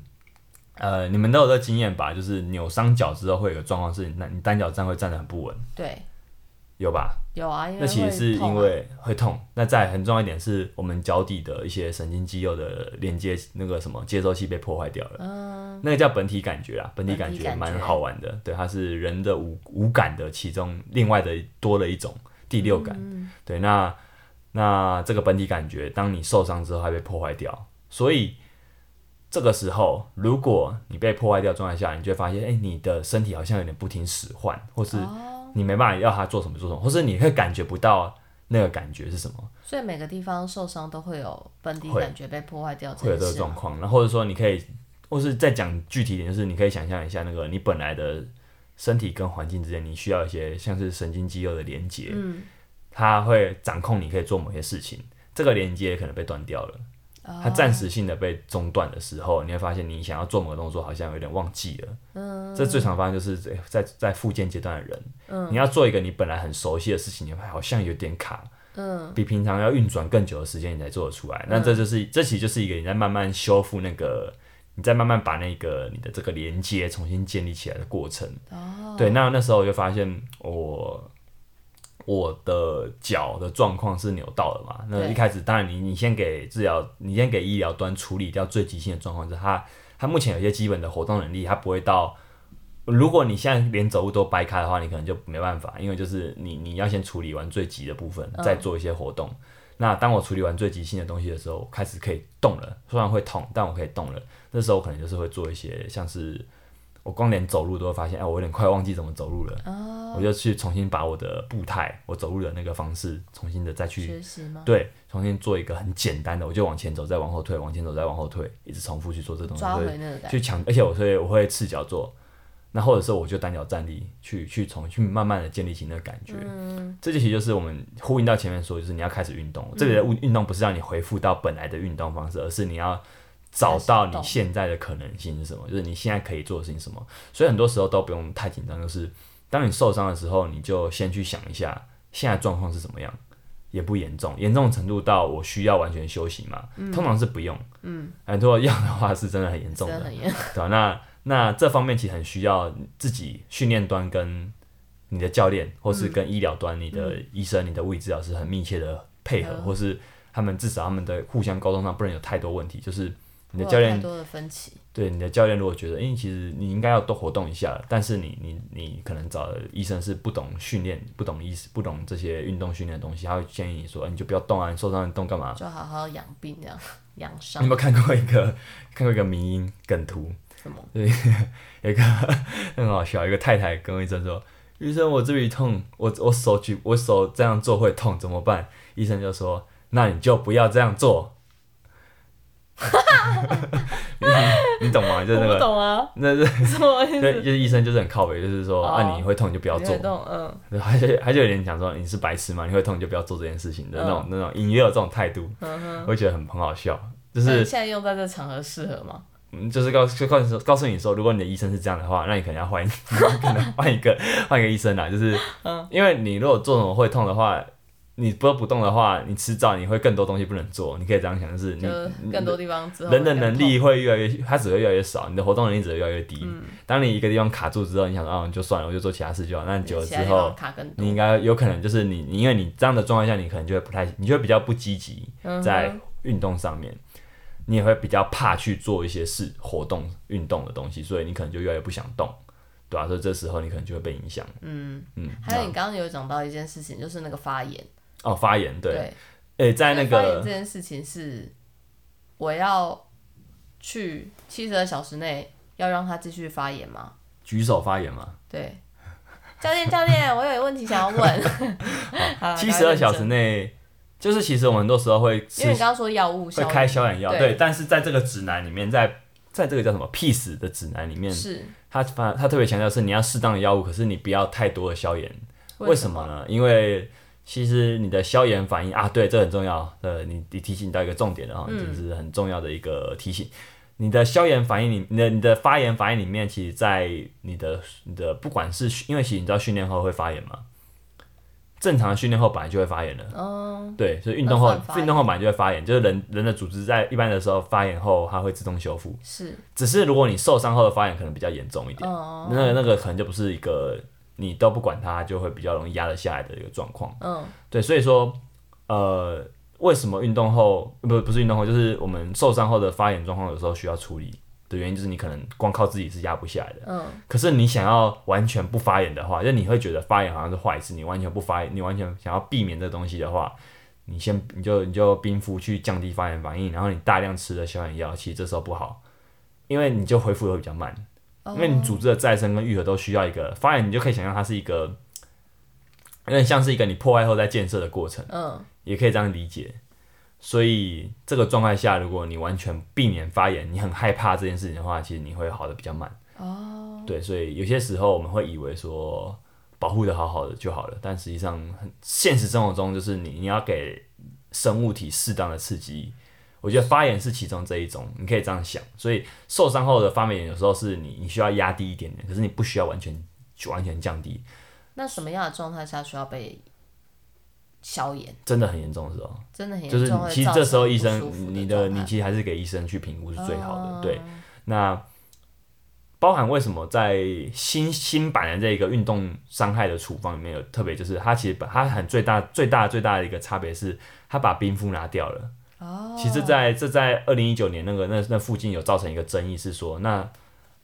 S1: 呃，你们都有这个经验吧？就是扭伤脚之后会有个状况是，你那你单脚站会站得很不稳，
S2: 对，
S1: 有吧？
S2: 有啊，因为
S1: 那其实是
S2: 会痛啊
S1: 因为会痛。那再很重要一点是我们脚底的一些神经肌肉的连接那个什么接收器被破坏掉了，嗯，那个叫本体感觉啦，本体感
S2: 本体
S1: 觉
S2: 感觉
S1: 蛮好玩的，对，它是人的五五感的其中另外的多了一种第六感，
S2: 嗯
S1: 对，那那这个本体感觉，当你受伤之后，它被破坏掉，所以。这个时候，如果你被破坏掉的状态下，你就会发现，哎、你的身体好像有点不听使唤，或是
S2: 哦
S1: 你没办法要他做什么做什么，或是你会感觉不到那个感觉是什么，
S2: 所以每个地方受伤都会有本体
S1: 会
S2: 感觉被破坏掉
S1: 会有这
S2: 这件
S1: 个
S2: 事啊
S1: 状
S2: 嘛，
S1: 况。然后或者说你可以，或是再讲具体一点，就是你可以想象一下那个你本来的身体跟环境之间，你需要一些像是神经肌肉的连接，嗯，它会掌控你可以做某些事情，这个连接可能被断掉了。它
S2: 哦
S1: 暂时性的被中断的时候，你会发现你想要做某个动作好像有点忘记了。嗯，这最常发生就是在在在复健阶段的人，嗯，你要做一个你本来很熟悉的事情，你会好像有点卡。嗯，比平常要运转更久的时间，你才做得出来。那这就是、这其实就是一个你在慢慢修复那个你再慢慢把那个你的这个连接重新建立起来的过程。哦，对，那那时候我就发现哦我我的脚的状况是扭到了嘛。那
S2: 对
S1: 一开始当然你你先给治疗，你先给医疗端处理掉最急性的状况，就是他他目前有一些基本的活动能力，他不会到。如果你现在连走路都掰开的话，你可能就没办法，因为就是你你要先处理完最急的部分，再做一些活动。那当我处理完最急性的东西的时候，开始可以动了，虽然会痛，但我可以动了。那时候我可能就是会做一些像是我光连走路都会发现，哎，我有点快忘记怎么走路了，
S2: 哦
S1: 我就去重新把我的步态、我走路的那个方式，重新的再去
S2: 学习吗？
S1: 对，重新做一个很简单的，我就往前走，再往后退，往前走，再往后退，一直重复去做这东西，
S2: 抓
S1: 会
S2: 回那个感觉。
S1: 去强，而且我会我会赤脚做，那或者是我就单脚站立，去去从去慢慢的建立起那个感觉。
S2: 嗯
S1: 这就其实就是我们呼应到前面说，就是你要开始运动。这里的
S2: 嗯
S1: 运运动不是让你恢复到本来的运动方式，而是你要找到
S2: 开始
S1: 你
S2: 动
S1: 现在的可能性是什么，就是你现在可以做的事情是什么。所以很多时候都不用太紧张，就是当你受伤的时候，你就先去想一下现在状况是怎么样。也不严重，严重程度到我需要完全休息嘛？通常是不用。嗯，很多要的话是真的很严重
S2: 真
S1: 的
S2: 的，很严，
S1: 对、啊、那那这方面其实很需要自己训练端跟你的教练，或
S2: 嗯
S1: 是跟医疗端你的医生、你的物理治疗师很密切的配合，
S2: 嗯
S1: 或是他们至少他们的互相沟通上不能有太多问题。就是 你的
S2: 会有
S1: 教
S2: 太
S1: 练
S2: 多的分歧，
S1: 对你的教练，如果觉得哎、诶其实你应该要多活动一下，但是你你你可能找的医生是不懂训练、不懂医不懂这些运动训练的东西，他会建议你说，哎、你就不要动啊，你受伤你动干嘛？
S2: 就好好养病这样，养
S1: 你有
S2: 伤
S1: 没有看过一个看过一个迷因梗图？
S2: 什么？
S1: 有一个 很好笑，一个太太跟医生说：“医生，我这里痛，我我手举我手这样做会痛，怎么办？”医生就说：“那你就不要这样做。” 你你懂吗？就是那
S2: 我不
S1: 个，
S2: 懂啊，
S1: 那是
S2: 什么意
S1: 对，
S2: 思？
S1: 就是医生就是很靠北，就是说、啊，
S2: 哦
S1: 你会痛你就不要
S2: 你
S1: 做
S2: 会，动，嗯，
S1: 然后他就他就有点讲说你是白痴嘛，你会痛你就不要做这件事情的、
S2: 嗯
S1: 那种那种隐约有这种态度，我觉得很很好笑，就
S2: 那
S1: 是
S2: 你现在用在这场合适合吗？
S1: 嗯，就是告诉告诉告诉你说，如果你的医生是这样的话，那你可能要换， 可能换一个换一个医生啦。啊就是，
S2: 嗯
S1: 因为你如果做什么会痛的话，你不不动的话，你迟早你会更多东西不能做。你可以这样想，就是你
S2: 就更多地方之后
S1: 人的
S2: 会更
S1: 能力会越来越，它只会越来越少，你的活动能力只会越来越低。
S2: 嗯
S1: 当你一个地方卡住之后，你想说啊，就算了，我就做其他事就好。那你
S2: 痛
S1: 久了
S2: 其
S1: 之
S2: 他地
S1: 后
S2: 方，卡更多嗯
S1: 你，应该有可能就是你，你因为你这样的状况下，你可能就会不太，你就会比较不积极
S2: 嗯哼
S1: 在运动上面，你也会比较怕去做一些事、活动、运动的东西，所以你可能就越来越不想动，对吧、所以这时候你可能就会被影响。
S2: 嗯，
S1: 嗯，
S2: 还有你刚刚有讲到一件事情，就是那个发炎，
S1: 哦，发炎对，
S2: 对，
S1: 诶、在那
S2: 发炎这
S1: 个
S2: 件事情是我要去七十二小时内要让它继续发炎吗？
S1: 举手发炎嘛，
S2: 对，教练教练，我有一个问题想要问。 好
S1: 七十二小，时
S2: 赶快认真
S1: 内，就是其实我们很多时候会吃
S2: 因为你刚刚说药物效
S1: 会
S2: 应
S1: 开消炎药，
S2: 对
S1: 对，但是在这个指南里面，在在这个叫什么 peace 的指南里面，
S2: 是
S1: 他反他特别强调是你要适当的药物，可是你不要太多的消炎。为什么
S2: 呢？
S1: 呢？因为其实你的消炎反应啊，对，这很重要。呃，你你提醒到一个重点了哈，
S2: 嗯
S1: 这是很重要的一个提醒。你的消炎反应里，你的你的发炎反应里面，其实，在你的你的不管是因为其实你知道训练后会发炎嘛，正常的训练后本来就会发炎了。
S2: 嗯，
S1: 对，所以运动后
S2: 那算发炎
S1: 运动后本来就会发炎，就是人人的组织在一般的时候发炎后，它会自动修复。
S2: 是
S1: 只是如果你受伤后的发炎可能比较严重一点，
S2: 嗯
S1: 那个那个可能就不是一个你都不管它就会比较容易压得下来的一个状况。
S2: 嗯，
S1: 对，所以说，呃，为什么运动后呃不不是运动后，就是我们受伤后的发炎状况有时候需要处理的原因，就是你可能光靠自己是压不下来的。
S2: 嗯。
S1: 可是你想要完全不发炎的话，就你会觉得发炎好像是坏事，你完全不发炎，你完全想要避免这东西的话。你先，你就你就冰敷去降低发炎反应，然后你大量吃了消炎药，其实这时候不好，因为你就恢复的会比较慢。
S2: 哦
S1: 因为你组织的再生跟愈合都需要一个发炎，你就可以想象它是一个有点像是一个你破坏后再建设的过程，
S2: 嗯，
S1: 也可以这样理解。所以这个状态下，如果你完全避免发炎，你很害怕这件事情的话，其实你会好的比较慢。哦，对，所以有些时候我们会以为说保护的好好的就好了，但实际上很现实生活中就是你你要给生物体适当的刺激。我觉得发炎是其中这一种，你可以这样想。所以受伤后的发炎有时候是你你需要压低一点点，可是你不需要完全完全降低，
S2: 那什么样的状态下需要被消炎？
S1: 真的很严重的时候。
S2: 真的很严
S1: 就是
S2: 重会
S1: 其实
S2: 造
S1: 这时候
S2: 成
S1: 医
S2: 不舒
S1: 生，
S2: 服
S1: 你
S2: 的
S1: 的
S2: 状
S1: 你
S2: 态哦
S1: 其实还是给医生去评估是最好的，对。那包含为什么在新新版的这个运动伤害的处方里面有特别，就是它其实把它很最大最大最大的一个差别是，它把冰敷拿掉了。
S2: 哦，
S1: 其实在这在二零一九年那个那那附近有造成一个争议，是说那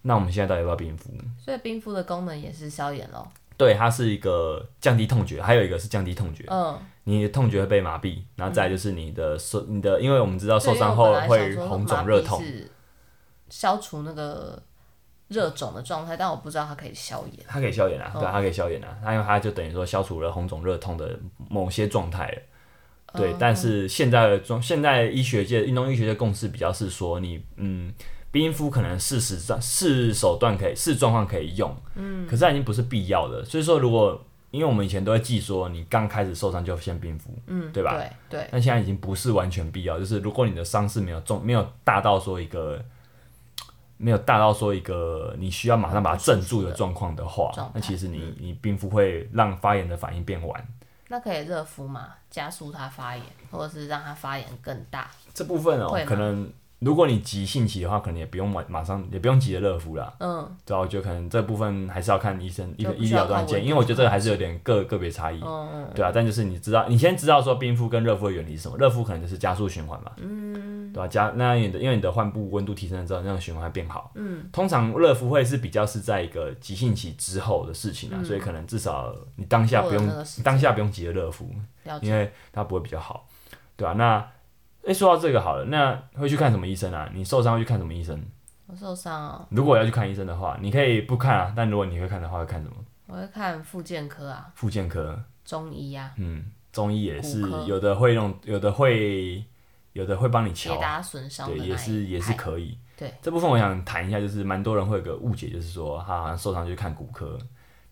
S1: 那我们现在到底要不要冰敷？
S2: 所以冰敷的功能也是消炎咯。
S1: 对，它是一个降低痛觉，还有一个是降低痛觉，
S2: 嗯，
S1: 你的痛觉会被麻痹，然后再来就是你的受、你的，因为我们知道受伤后
S2: 对因为我本来
S1: 会
S2: 想说
S1: 红
S2: 麻
S1: 肿
S2: 痹
S1: 热痛，
S2: 是消除那个热肿的状态，但我不知道它可以消炎。
S1: 它可以消炎啊，对啊，
S2: 哦
S1: 它可以消炎啊，它因为它就等于说消除了红肿热痛的某些状态了。对，
S2: 嗯
S1: 但是现在的状，现在医学界、运动医学界共识比较是说你，嗯，冰敷可能是时段、是手段可以、是状况可以用，嗯，可是它已经不是必要的。所以说，如果因为我们以前都会记说，你刚开始受伤就先冰敷，
S2: 嗯，
S1: 对吧？
S2: 对对，
S1: 但现在已经不是完全必要，就是如果你的伤势没有重，没有大到说一个没有大到说一个你需要马上把它镇住的状况的话
S2: 状态，嗯
S1: 那其实你你冰敷会让发炎的反应变晚。
S2: 那可以热敷嘛，加速它发炎，或者是让它发炎更大。
S1: 这部分哦
S2: 会，吗
S1: 可能如果你急性期的话，可能也不用马马上也不用急着热敷啦。
S2: 嗯
S1: 对啊，我觉得可能这部分还是要看医生医
S2: 就不
S1: 医
S2: 需要
S1: 疗端
S2: 靠
S1: 见，
S2: 温
S1: 因为
S2: 度
S1: 我觉得这个还是有点个个别差异。
S2: 嗯嗯，
S1: 对啊，但就是你知道，你先知道说冰敷跟热敷的原理是什么，热敷可能就是加速循环嘛，嗯，对吧、加那你的因为你的患部温度提升了之后，那个循环会变好，嗯，通常热敷会是比较是在一个急性期之后的事情啊，所以可能至少你当下不用
S2: 嗯过了那个时间
S1: 你当下不用急着热敷，
S2: 了解。
S1: 因为它不会比较好，对吧、啊那诶、说到这个好了，那会去看什么医生啊？你受伤会去看什么医生？
S2: 我受伤哦，
S1: 如果要去看医生的话，你可以不看啊，但如果你会看的话，会看什么？
S2: 我会看复健科啊，
S1: 复健科，
S2: 中医啊，
S1: 嗯，中医也是
S2: 骨科
S1: 有的会用，有的会有的会帮你
S2: 解
S1: 瞧，啊
S2: 答损伤的
S1: 对，
S2: 那
S1: 也是
S2: 一
S1: 也是
S2: 派
S1: 可以。
S2: 对
S1: 这部分我想谈一下，就是蛮多人会有个误解，就是说他好像受伤就去看骨科，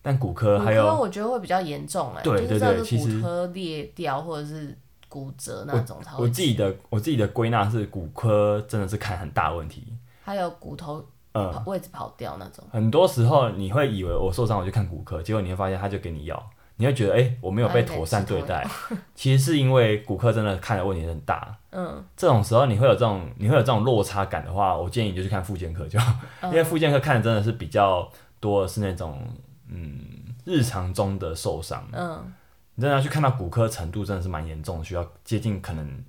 S1: 但骨科
S2: 骨
S1: 还
S2: 科
S1: 有
S2: 我觉得会比较严重哎、
S1: 对
S2: 就
S1: 对
S2: 是真
S1: 对
S2: 的
S1: 其
S2: 是
S1: 实
S2: 骨科裂掉或者是骨折那种才
S1: 我
S2: 会
S1: 自
S2: 去，
S1: 己的我自己的归纳是，骨科真的是看很大问题。
S2: 还有骨头
S1: 嗯，
S2: 跑位置跑掉那种，
S1: 很多时候你会以为我受伤我就看骨科，结果你会发现他就给你药，你会觉得哎、诶我没有被妥善对待， 其实是因为骨科真的看的问题很大。
S2: 嗯，
S1: 这种时候你会有这种你会有这种落差感的话，我建议你就去看复健科就好，
S2: 嗯
S1: 因为复健科看的真的是比较多的是那种嗯日常中的受伤，
S2: 嗯，
S1: 你真的要去看到骨科程度真的是蛮严重的，需要接近可能。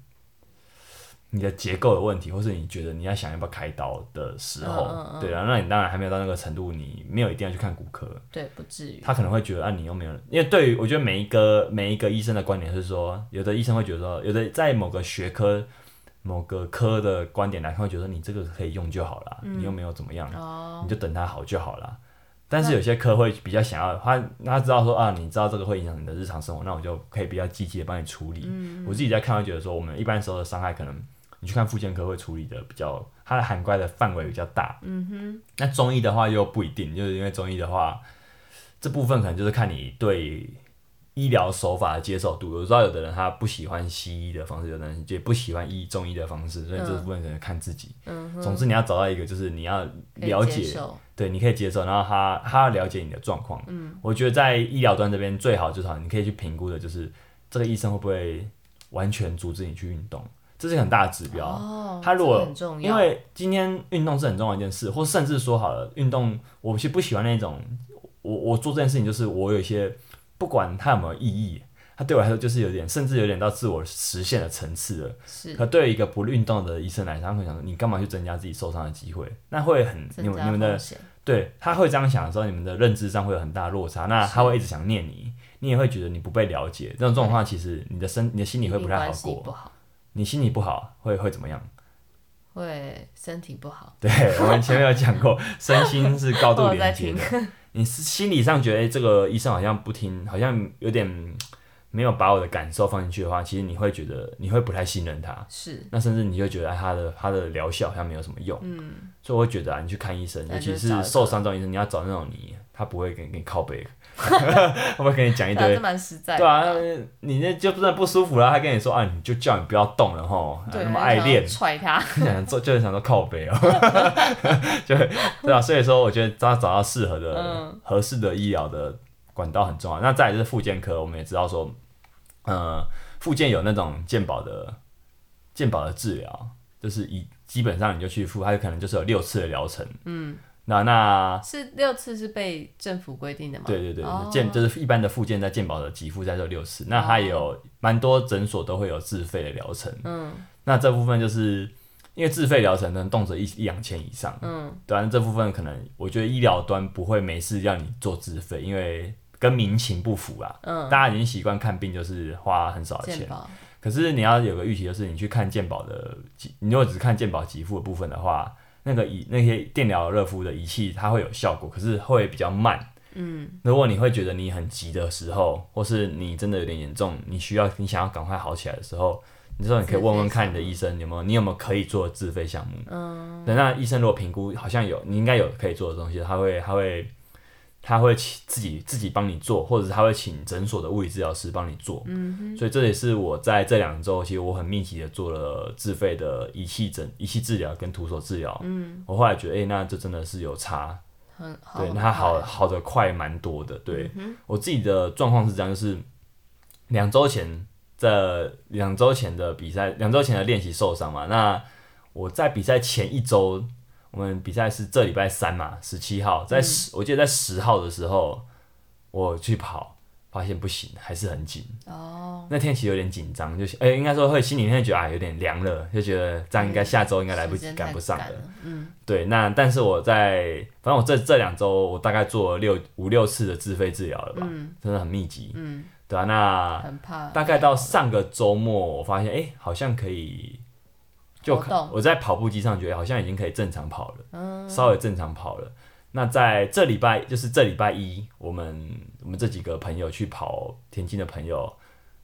S1: 你的结构的问题，或是你觉得你要想要不要开刀的时候，
S2: 嗯嗯嗯
S1: 对啊，那你当然还没有到那个程度，你没有一定要去看骨科，
S2: 对，不至于，
S1: 他可能会觉得啊，你又没有，因为对于我觉得每一个每一个医生的观点是说，有的医生会觉得说，有的在某个学科某个科的观点来看，会觉得你这个可以用就好了，
S2: 嗯
S1: 你又没有怎么样，
S2: 哦，
S1: 你就等它好就好了。但是有些科会比较想要他，他知道说啊，你知道这个会影响你的日常生活，那我就可以比较积极的帮你处理。
S2: 嗯
S1: 我自己在看会觉得说，我们一般时候的伤害可能你去看复健科会处理的比较，它的涵盖的范围比较大。嗯哼。那中医的话又不一定，就是因为中医的话，这部分可能就是看你对医疗手法的接受度。我知道有的人他不喜欢西医的方式，有的人也不喜欢医中医的方式，所以这部分可能看自己。
S2: 嗯哼，
S1: 总之，你要找到一个就是你要
S2: 可以
S1: 了
S2: 接
S1: 解。
S2: 受
S1: 对，你可以接受，然后他他要了解你的状况。嗯，我觉得在医疗端这边最好最好，你可以去评估的就是这个医生会不会完全阻止你去运动，这是很大的指标。
S2: 哦，
S1: 他如果
S2: 这个很重
S1: 因
S2: 要，
S1: 为今天运动是很重要的一件事，或甚至说好了，运动我是不喜欢那种，我我做这件事情就是我有一些不管它有没有意义，它对我来说就是有点，甚至有点到自我实现的层次了。
S2: 是
S1: 可对于一个不运动的医生来说，他会想说你干嘛去增加自己受伤的机会？那会很你
S2: 增
S1: 们
S2: 加
S1: 你们的
S2: 风险，
S1: 对他会这样想的时候，你们的认知上会有很大的落差，那他会一直想念你，你也会觉得你不被了解。这种状况，其实你的身、你的心里会
S2: 亲密
S1: 不太好
S2: 关系不
S1: 过，
S2: 好，
S1: 你心里不好会会怎么样？
S2: 会身体不好，
S1: 对我们前面有讲 过，身心是高度
S2: 我有在
S1: 连接的。 你是心理上觉得、诶哎这个医生好像不听，好像有点嗯没有把我的感受放进去的话，其实你会觉得你会不太信任他，
S2: 是，
S1: 那甚至你就觉得哎他的他的疗效好像没有什么用。
S2: 嗯，哎
S1: 所以我会觉得啊，你去看医生，
S2: 那
S1: 尤
S2: 就
S1: 其
S2: 是找
S1: 是
S2: 一个
S1: 受伤这种医生，你要找那种你他不会给你靠背， 他不会跟你讲一
S2: 对啊，
S1: 堆
S2: 这，蛮实在的，
S1: 哎对啊，你那就真的不舒服了，他跟你说啊，你就叫你不要动了吼，啊
S2: 对，
S1: 那么
S2: 还
S1: 爱
S2: 想要
S1: 练，
S2: 踹他，
S1: 想做就是想说靠背哦， 就对啊，所以说我觉得要找到适合的、
S2: 嗯
S1: 合适的医疗的管道很重要。那再来就是复健科，我们也知道说，呃，复健有那种健保的健保的治疗，就是以基本上你就去付，它有可能就是有六次的疗程。嗯，那那
S2: 是六次是被政府规定的吗？
S1: 对对对，
S2: 哦
S1: 健就是一般的附件在健保的给付在这六次，那它也有蛮多诊所都会有自费的疗程。
S2: 嗯
S1: 那这部分就是因为自费疗程呢，动辄一一两千以上，
S2: 嗯，
S1: 对啊，那这部分可能我觉得医疗端不会没事让你做自费，因为跟民情不符啦。
S2: 嗯，
S1: 大家已经习惯看病就是花很少的
S2: 健
S1: 钱，
S2: 保
S1: 可是你要有个预期，就是你去看健保的给，你如果只看健保给付的部分的话，那个仪那些电疗热敷的仪器它会有效果，可是会比较慢。嗯，如果你会觉得你很急的时候，或是你真的有点严重，你需要你想要赶快好起来的时候，你说你可以问问看你的医生有没有你有没有可以做的自费项目。嗯，那医生如果评估好像有你应该有可以做的东西，他会他会他会请自己自己帮你做，或者是他会请诊所的物理治疗师帮你做。所以这也是我在这两周，其实我很密集的做了自费的仪器诊、仪器治疗跟徒手治疗。嗯，我后来觉得，哎、那这真的是有差，
S2: 很好，嗯
S1: 对，那它好好的快蛮多的。对、我自己的状况是这样，就是两周前这两周前的比赛，两周前的练习受伤嘛。那我在比赛前一周，我们比赛是这礼拜三嘛，十七号，
S2: 嗯
S1: 在十、我记得在十号的时候，我去跑，发现不行，还是很紧。
S2: 哦，
S1: 那天其实有点紧张，就是哎、应该说会心里面觉得啊有点凉了，就觉得这样应该下周应该来不及
S2: 嗯时间太
S1: 赶不上了。
S2: 了，嗯
S1: 对，那但是我在反正我这这两周我大概做了六五六次的自费治疗了吧，
S2: 嗯
S1: 真的很密集，
S2: 嗯，
S1: 对啊，那
S2: 很怕，
S1: 大概到上个周末，我发现哎、好像可以。就
S2: 活动嗯
S1: 我在跑步机上觉得好像已经可以正常跑了，稍微正常跑了。那在这礼拜，就是这礼拜一，我们我们这几个朋友去跑田径的朋友，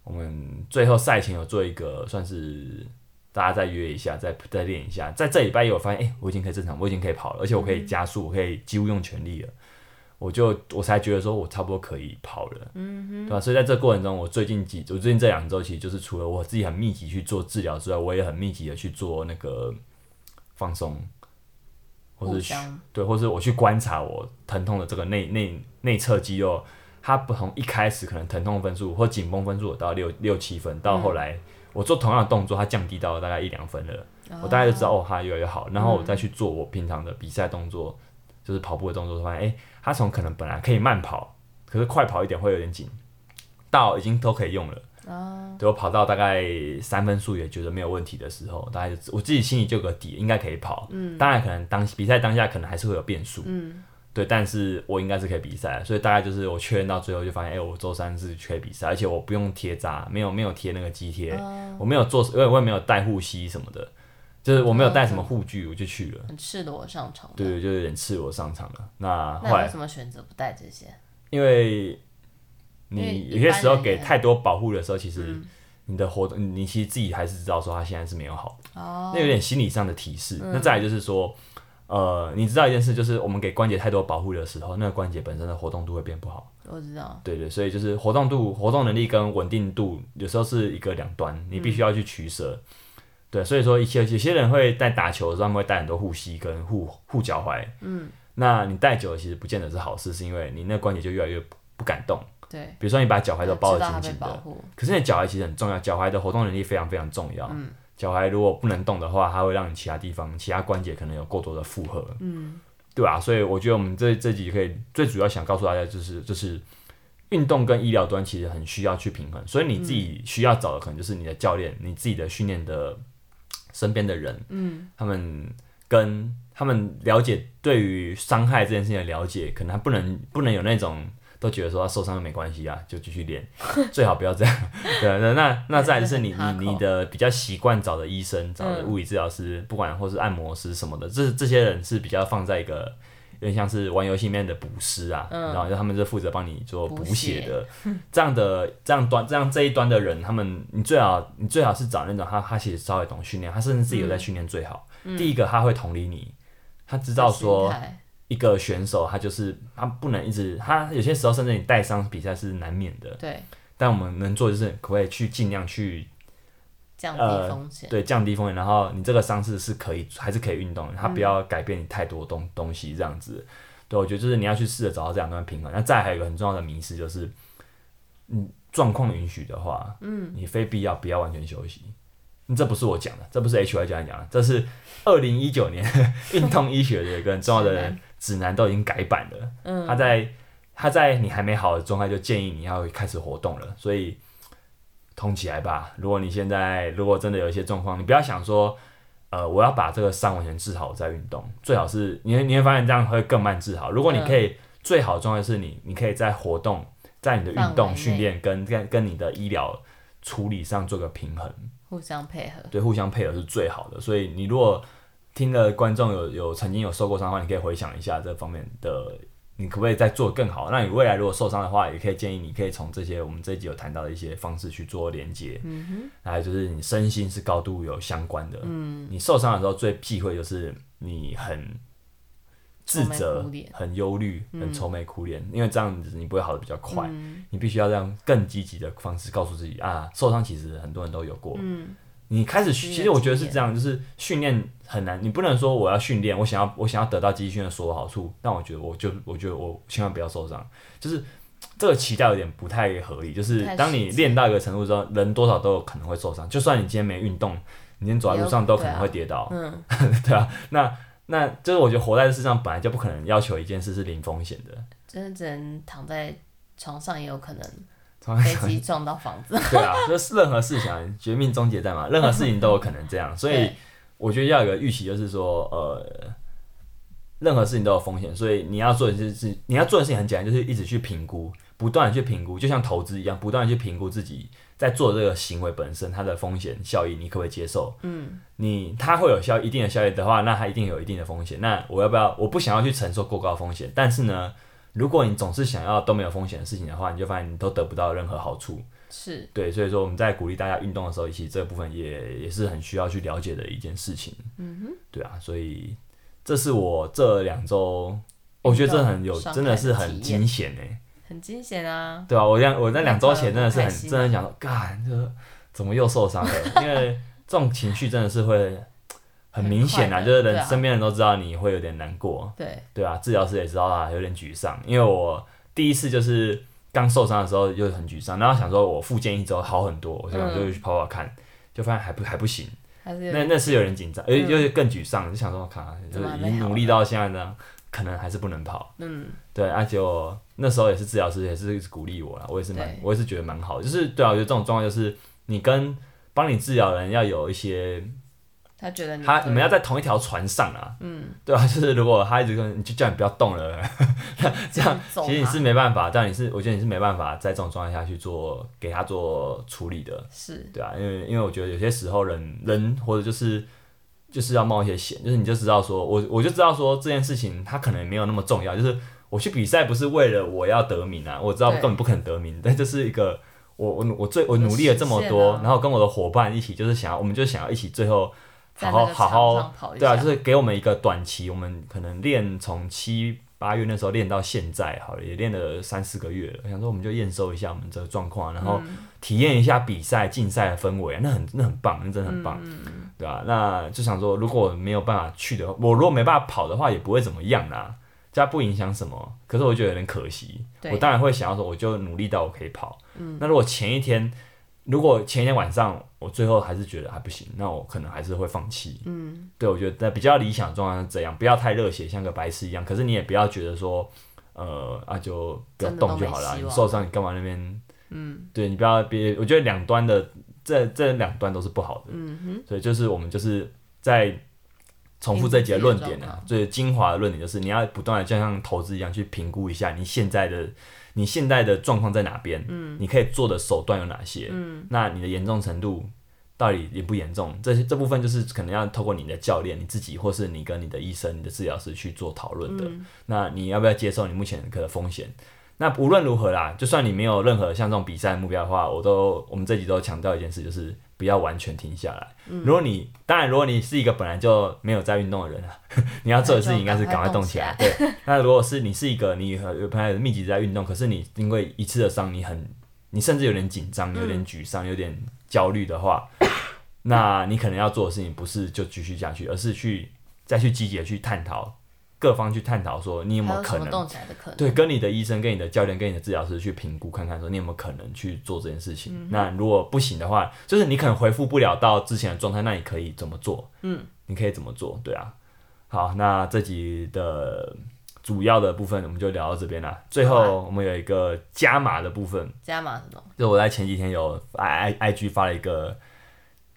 S1: 我们最后赛前有做一个算是大家再约一下，再再练一下。在这礼拜一，我发现哎、诶我已经可以正常，我已经可以跑了，而且我可
S2: 嗯
S1: 以加速，我可以几乎用全力了。我就我才觉得说，我差不多可以跑了，嗯对吧、所以在这过程中，我最近几，我最近这两周其实就是除了我自己很密集去做治疗之外，我也很密集的去做那个放松，或
S2: 互
S1: 是去
S2: 相
S1: 对，或是我去观察我疼痛的这个内内内侧肌肉，它不从一开始可能疼痛分数或紧绷分数有到六六七分，到后来我做同样的动作，它降低到大概一两分了，我大概就知道哦，它越来越好。然后我再去做我平常的比赛动作，就是跑步的动作，发现哎，它从可能本来可以慢跑，可是快跑一点会有点紧，到已经都可以用了。对我跑到大概三分数也觉得没有问题的时候，大概就我自己心里就有个底，应该可以跑。嗯，当然可能当比赛当下可能还是会有变数。
S2: 嗯，
S1: 对，但是我应该是可以比赛，所以大概就是我确认到最后就发现，哎、我周三是可以比赛，而且我不用贴扎，没有没有贴那个肌贴，我没有做，因为我也没有带护膝什么的，就是我没有带什么护具，我就去了。
S2: 很赤裸上场的，
S1: 对，就有点赤裸上场了。那
S2: 那
S1: 后
S2: 你为
S1: 来
S2: 什么选择不带这些？
S1: 因为
S2: 因为
S1: 你
S2: 一
S1: 有些
S2: 般
S1: 时候
S2: 人嗯
S1: 给
S2: 也
S1: 太多保护的时候，其实你的活动，你其实自己还是知道说他现在是没有好的，
S2: 哦
S1: 那有点心理上的提示。
S2: 嗯
S1: 那再来就是说，呃，你知道一件事，就是我们给关节太多保护的时候，那个关节本身的活动度会变不好。
S2: 我知道，
S1: 对对，所以就是活动度、活动能力跟稳定度有时候是一个两端，你必
S2: 嗯
S1: 须要去取舍。对，所以说一些有些人会在打球的时候，他们会带很多护膝跟护护脚踝。嗯，那你带久了其实不见得是好事，是因为你那关节就越来越不不敢动。
S2: 对，
S1: 比如说你把脚踝都包
S2: 知道
S1: 得
S2: 他
S1: 紧紧
S2: 被保
S1: 的，
S2: 护，
S1: 可是你的脚踝其实很重要，脚踝的活动能力非常非常重
S2: 嗯
S1: 要。脚踝如果不能动的话，它会让你其他地方、其他关节可能有过多的负荷。嗯，对吧、所以我觉得我们这这集可以最主要想告诉大家就是就是。运动跟医疗端其实很需要去平衡，所以你自己需要找的可能就是你的教练、你自己的训练的身边的人，嗯，他们跟他们了解对于伤害这件事情的了解，可能他不能不能有那种都觉得说他受伤了没关系啊，就继续练，最好不要这样。对啊，那那那再来就是你
S2: 真的很
S1: 你
S2: hardcore
S1: 你的比较习惯找的医生、找
S2: 嗯
S1: 的物理治疗师，不管或是按摩师什么的，这这些人是比较放在一个。有点像是玩游戏里面的补师啊，然后就他们就负责帮你做补
S2: 嗯补
S1: 血
S2: 血
S1: 的，这样的这样端这样这一端的人，他们你最好你最好是找那种他他其实稍微懂训练，他甚至自己有在训练最好。第一个他会同理你，他知道说
S2: 嗯心态
S1: 一个选手他就是他不能一直他有些时候甚至你带伤比赛是难免的，
S2: 对
S1: 但我们能做就是可不可以去尽量去
S2: 降
S1: 呃
S2: 低风险，
S1: 对降低风险，然后你这个伤势是可以还是可以运动的，它不要改变你太多东东西这样子。对，我觉得就是你要去试着找到这两段平衡。那再来还有一个很重要的迷失就是，嗯，状况允许的话，嗯，你非必要不要完全休息。嗯这不是我讲的，这不是 H Y 教练讲的，这是二零一九年运动医学的一个很重要
S2: 指
S1: 的
S2: 南
S1: 指南都已经改版了。
S2: 嗯
S1: 他在他在你还没好的状态就建议你要开始活动了，所以通起来吧。如果你现在如果真的有一些状况，你不要想说，呃，我要把这个伤完全治好我再运动，最好是你会你会发现这样会更慢治好。如果你
S2: 嗯
S1: 可以、最好的状态是你你可以在活动在你的运
S2: 范围
S1: 动
S2: 内
S1: 训练跟跟跟你的医疗处理上做个平衡。
S2: 互相配合。
S1: 对，互相配合是最好的。所以你如果听的观众有有曾经有受过伤的话，你可以回想一下这方面的，你可不可以再做得更好？那你未来如果受伤的话，也可以建议你可以从这些我们这一集有谈到的一些方式去做连接。嗯哼，还有就是你身心是高度有相关的。嗯，你受伤的时候最忌讳就是你很。自
S2: 愁眉
S1: 责
S2: 苦脸、嗯
S1: 很忧虑、很愁眉苦脸，因为这样子你不会好的比较快，你必须要让更积极的方式告诉自己啊，受伤其实很多人都有过，你开始，
S2: 训
S1: 其
S2: 练
S1: 实我觉得
S2: 经
S1: 是
S2: 验
S1: 这样，就是训练很难，你不能说我要训练，我想要我想要得到肌力训练所有好处，但我觉得我就我觉得我千万不要受伤，就是这个期待有点不太合理。就是
S2: 不太
S1: 当你
S2: 实际
S1: 练到一个程度之后，人多少都有可能会受伤，就算你今天没运动，你今天走在路上都可能会跌倒，
S2: 嗯，
S1: 对啊，那那就是我觉得活在这世上本来就不可能要求一件事是零风险的，
S2: 真的只能躺在床上，也有可能
S1: 从
S2: 飞机撞到房子。
S1: 对啊，就是任何事情啊，绝命终结在嘛，任何事情都有可能这 样，所以
S2: 对
S1: 我觉得要有个预期，就是说，呃，任何事情都有风险，所以你要做的事情，你要做的事情很简单，就是一直去评估，不断的去评估，就像投资一样，不断的去评估自己在做这个行为本身它的风险效益，你可不可以接受？嗯，你它会有效一定的效益的话，那它一定有一定的风险。那我要不要？我不想要去承受过高的风险，但是呢，如果你总是想要都没有风险的事情的话，你就发现你都得不到任何好处。
S2: 是，
S1: 对，所以说我们在鼓励大家运动的时候，其实这部分也也是很需要去了解的一件事情。嗯哼，对啊，所以这是我这两周，我觉得这很有，
S2: 伤害
S1: 真的是
S2: 的体
S1: 很
S2: 验
S1: 惊险哎，
S2: 很惊险啊。
S1: 对啊，我两我在两周前真的是很
S2: 很开心啊
S1: 真的想说，干，这怎么又受伤了？因为这种情绪真的是会很明显啊，
S2: 很快的
S1: 就是人、
S2: 对啊
S1: 身边人都知道你会有点难过，
S2: 对，
S1: 对啊，治疗师也知道啊，有点沮丧，因为我第一次就是刚受伤的时候就很沮丧，然后想说我复健一周好很多，我就想
S2: 嗯
S1: 就去跑跑看，就发现还不还不行，
S2: 还是有
S1: 那
S2: 点
S1: 那是有点紧张，而
S2: 嗯
S1: 且就是更沮丧，就想说，看，就是已经努力到现在呢，可能还是不能跑，
S2: 嗯，
S1: 对，而且我那时候也是治疗师，也是一直鼓励我啦，我也是蛮
S2: 对，
S1: 我也是觉得蛮好的，就是对啊，我觉得这种状况就是你跟帮你治疗的人要有一些
S2: 他觉得你
S1: 嗯他
S2: 可以
S1: 你们要在同一条船上啊，嗯，对啊，就是如果他一直跟你就叫你不要动了， 这样
S2: 走
S1: 其实你
S2: 嘛
S1: 是没办法，但你是我觉得你是没办法在这种状态下去做给他做处理的，
S2: 是
S1: 对啊，因为因为我觉得有些时候人人或者就是就是要冒一些险，就是你就知道说我我就知道说这件事情它可能没有那么重要，就是我去比赛不是为了我要得名啊，我知道
S2: 对
S1: 根本不可能得名，但这是一个我我努我最我努力了这么
S2: 实现
S1: 多
S2: 啊，
S1: 然后跟我的伙伴一起就是想要我们就想要一起最后好
S2: 在
S1: 好
S2: 那个
S1: 好
S2: 场
S1: 好
S2: 上跑一
S1: 对啊，
S2: 下，
S1: 就是给我们一个短期，我们可能练从七八月那时候练到现在，好了，也练了三四个月了。想说我们就验收一下我们这个状况，然
S2: 嗯
S1: 后体验一下比赛竞赛的氛围，那很那很棒，那真的很棒，
S2: 嗯
S1: 对吧、那就想说，如果没有办法去的话，我如果没办法跑的话，也不会怎么样啦，这样不影响什么。可是我觉得有点可惜，
S2: 对嗯
S1: 我当然会想要说，我就努力到我可以跑。那如果前一天，如果前一天晚上我最后还是觉得还不行，那我可能还是会放弃。嗯，对，我觉得比较理想的状况是这样，不要太热血，像个白痴一样。可是你也不要觉得说，呃，啊就不要
S2: 真的
S1: 动
S2: 都
S1: 就
S2: 没
S1: 好了，
S2: 希
S1: 你
S2: 望
S1: 受伤你干嘛那边？嗯，对你不要别，我觉得两端的这这两端都是不好的。嗯哼，所以就是我们就是在。重复这节论点
S2: 评估自己的状
S1: 啊
S2: 况，
S1: 最精华的论点就是你要不断的就像投资一样去评估一下你现在的你现在的状况在哪边，嗯，你可以做的手段有哪些，嗯，那你的严重程度到底严不严重？这些这部分就是可能要透过你的教练、你自己，或是你跟你的医生、你的治疗师去做讨论的。那你要不要接受你目前可的风险？那无论如何啦，就算你没有任何像这种比赛目标的话，我都我们这集都强调一件事，就是不要完全停下来。如果你当然，如果你是一个本来就没有在运动的人啊， 你要做的事情应该是赶快动起来。对，那如果是你是一个你和有朋友密集在运动，可是你因为一次的伤，你很你甚至有点紧张，有点沮丧，有点焦虑的话，那你可能要做的事情不是就继续下去，而是去再去积极的去探讨各方去探讨说你有没
S2: 还
S1: 有
S2: 有
S1: 可
S2: 什么
S1: 能
S2: 动起来的可能？
S1: 对，跟你的医生、跟你的教练、跟你的治疗师去评估看看，说你有没有可能去做这件事
S2: 嗯
S1: 情。那如果不行的话，就是你可能恢复不了到之前的状态，那你可以怎么做？嗯，你可以怎么做？对啊。好，那这集的主要的部分我们就聊到这边啦。最
S2: 好啊
S1: 后我们有一个加码的部分，
S2: 加码什么？
S1: 就我在前几天有 i i i g 发了一个，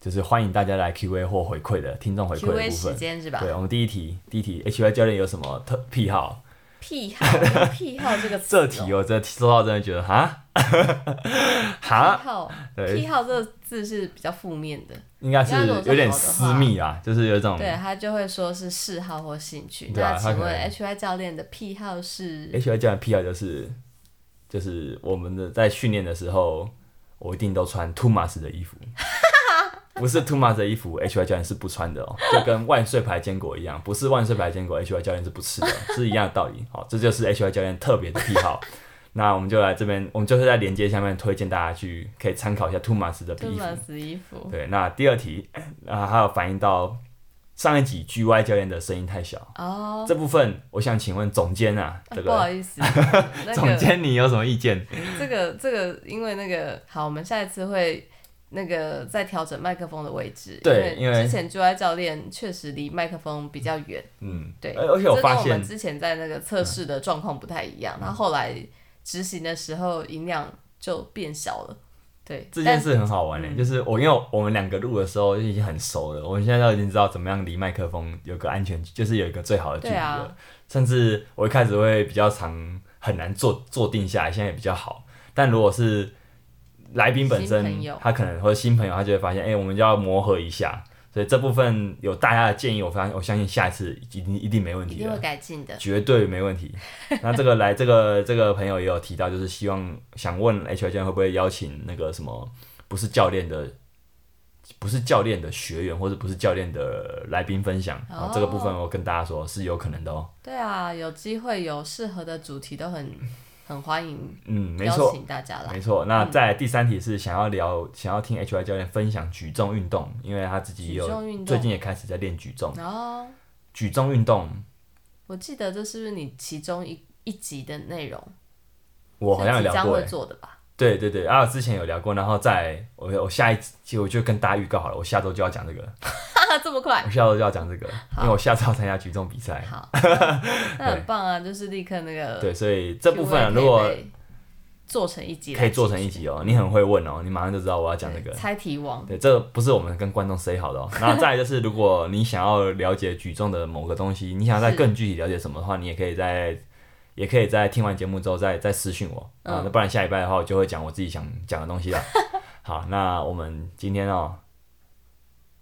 S1: 就是欢迎大家来 Q A 或回馈的听众回馈
S2: Q
S1: 的
S2: A
S1: 部
S2: 时
S1: 分。
S2: 间啊是吧？
S1: 对，我们第一题，第一题，H Y 教练有什么特癖好？
S2: 癖好， 有癖好这个词、
S1: 这
S2: 哦，
S1: 题我真的收到，真的觉得哈， 哈，
S2: 癖好，癖
S1: 啊对，
S2: 好这个字是比较负面的，
S1: 应该是
S2: 应该如果是
S1: 有点
S2: 好的话
S1: 私密啊，就是有一种
S2: 对他就会说是嗜好或兴趣。
S1: 对啊
S2: 那
S1: 他
S2: 请
S1: 可
S2: 问
S1: 能
S2: H Y 教练的癖好是
S1: H Y 教练癖好就是就是我们的在训练的时候，我一定都穿 t o m a s 的衣 服，不是 t o m a s 的衣服，H Y 教练是不穿的 哦，就跟万岁牌坚果一样，不是万岁牌坚果，H Y 教练是不吃的，是一样的道理。好，这就是 H Y 教练特别的癖 好。那我们就来这边，我们就是在链接下面推荐大家去可以参考一下 t o m a s 的
S2: 杜
S1: 衣服
S2: 马。斯衣服？
S1: 对，那第二题，啊，还有反映到上一集 GY 教练的声音太小、
S2: 哦，
S1: 这部分，我想请问总监啊，这
S2: 啊不
S1: 个、
S2: 好意 思，那
S1: 总
S2: 个
S1: 监你有什么意 见？
S2: 这个这个，因为那个好，我们下一次会。那个再调整麦克风的位置，
S1: 对
S2: 因
S1: 因为
S2: 之前 G Y 教练确实离麦克风比较远，
S1: 嗯，
S2: 对，
S1: 而而且我
S2: 这
S1: 发
S2: 跟我
S1: 现嗯
S2: 们，之前在那个测试的状况不太一样，然后后来执行的时候音量就变小了，对，
S1: 这件
S2: 但嗯
S1: 事很好玩呢、欸就是我因为我们两个录的时候就已经很熟了，我们现在都已经知道怎么样离麦克风有个安全，就是有一个最好的距离
S2: 对啊
S1: 了。甚至我一开始会比较常很难坐坐定下来，现在也比较好。但如果是来宾本
S2: 新朋
S1: 身
S2: 友，
S1: 他可能或者新朋友，他就会发现，哎、我们就要磨合一下。所以这部分有大家的建议，我发现我相信下一次一定一定没问
S2: 一
S1: 题
S2: 定会
S1: 的，
S2: 改进的。
S1: 绝对没 问题。那这个来这个这个朋友也有提到，就是希望想问 H R 教练会不会邀请那个什么不是教练的。不是教练的学员，或者不是教练的来宾分享，
S2: 哦
S1: 啊，这个部分我跟大家说是有可能的哦。
S2: 对啊，有机会有适合的主题都很很欢迎
S1: 嗯，没
S2: 邀
S1: 错，
S2: 请嗯大家来
S1: 没错，那在第三题是想要聊，想要听 H Y 教练分享举重运动，因为他自己也
S2: 举
S1: 有
S2: 重运动
S1: 最近也开始在练举重。
S2: 哦，
S1: 举重运动，
S2: 我记得这是不是你其中一一集的内容？
S1: 我好像有
S2: 是即
S1: 聊
S2: 将
S1: 过
S2: 会
S1: 欸，
S2: 做的吧？
S1: 对对对，啊，之前有聊过，然后在我我下一期我就跟大家预告好了，我下周就要讲这个，
S2: 哈哈，这么快
S1: 我？下周就要讲这个，因为我下周要参加举重比赛。
S2: 好，那很棒啊！就是立刻那个
S1: 嗯对，所以这部分啊
S2: Q&A
S1: 如果
S2: 可以被做成一集来
S1: 可以做成一
S2: 进行
S1: 集哦，你很会问哦，你马上就知道我要讲这个
S2: 对。猜题王，
S1: 对，这个不是我们跟观众 say 好 的哦。那再来就是，如果你想要了解举重的某个东西，你想要再
S2: 是
S1: 更具体了解什么的话，你也可以在，也可以在听完节目之后再再私信我、
S2: 嗯
S1: 啊。那不然下礼拜的话，我就会讲我自己想讲的东 西了。好，那我们今天哦，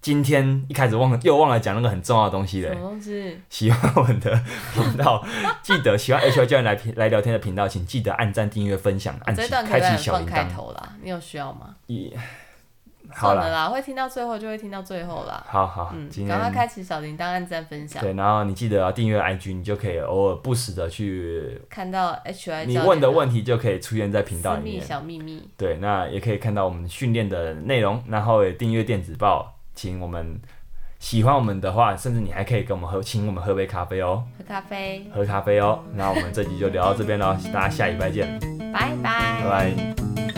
S1: 今天一开始忘了又忘了讲那个很重要的东西
S2: 什
S1: 嘞
S2: 么。东西？
S1: 喜欢我们的频道，记得喜欢 H Y 教练来频来聊天的频道，请记得按赞、订阅、分享，按
S2: 这
S1: 起
S2: 段可
S1: 开
S2: 以让
S1: 启
S2: 人
S1: 小
S2: 放
S1: 铃
S2: 开
S1: 铛。
S2: 头啦，你有需要吗？
S1: 一好
S2: 算
S1: 啦
S2: 了，啦，会听到最后就会听到最后啦。
S1: 好好，
S2: 嗯，
S1: 今
S2: 赶快
S1: 天
S2: 开启小铃铛，按赞分享。
S1: 对，然后你记得要订阅 IG，你就可以偶尔不时的去，
S2: 看到 H I
S1: 你问的问题就可以出现在频道
S2: 私
S1: 里
S2: 密
S1: 面。
S2: 小秘密，
S1: 对，那也可以看到我们训练的内容，然后也订阅电子报，请我们喜欢我们的话，甚至你还可以跟我们喝，请我们喝杯咖啡哦，
S2: 喝咖啡，
S1: 喝咖啡哦。那我们这集就聊到这边喽，大家下礼拜见，
S2: 拜拜
S1: 拜拜。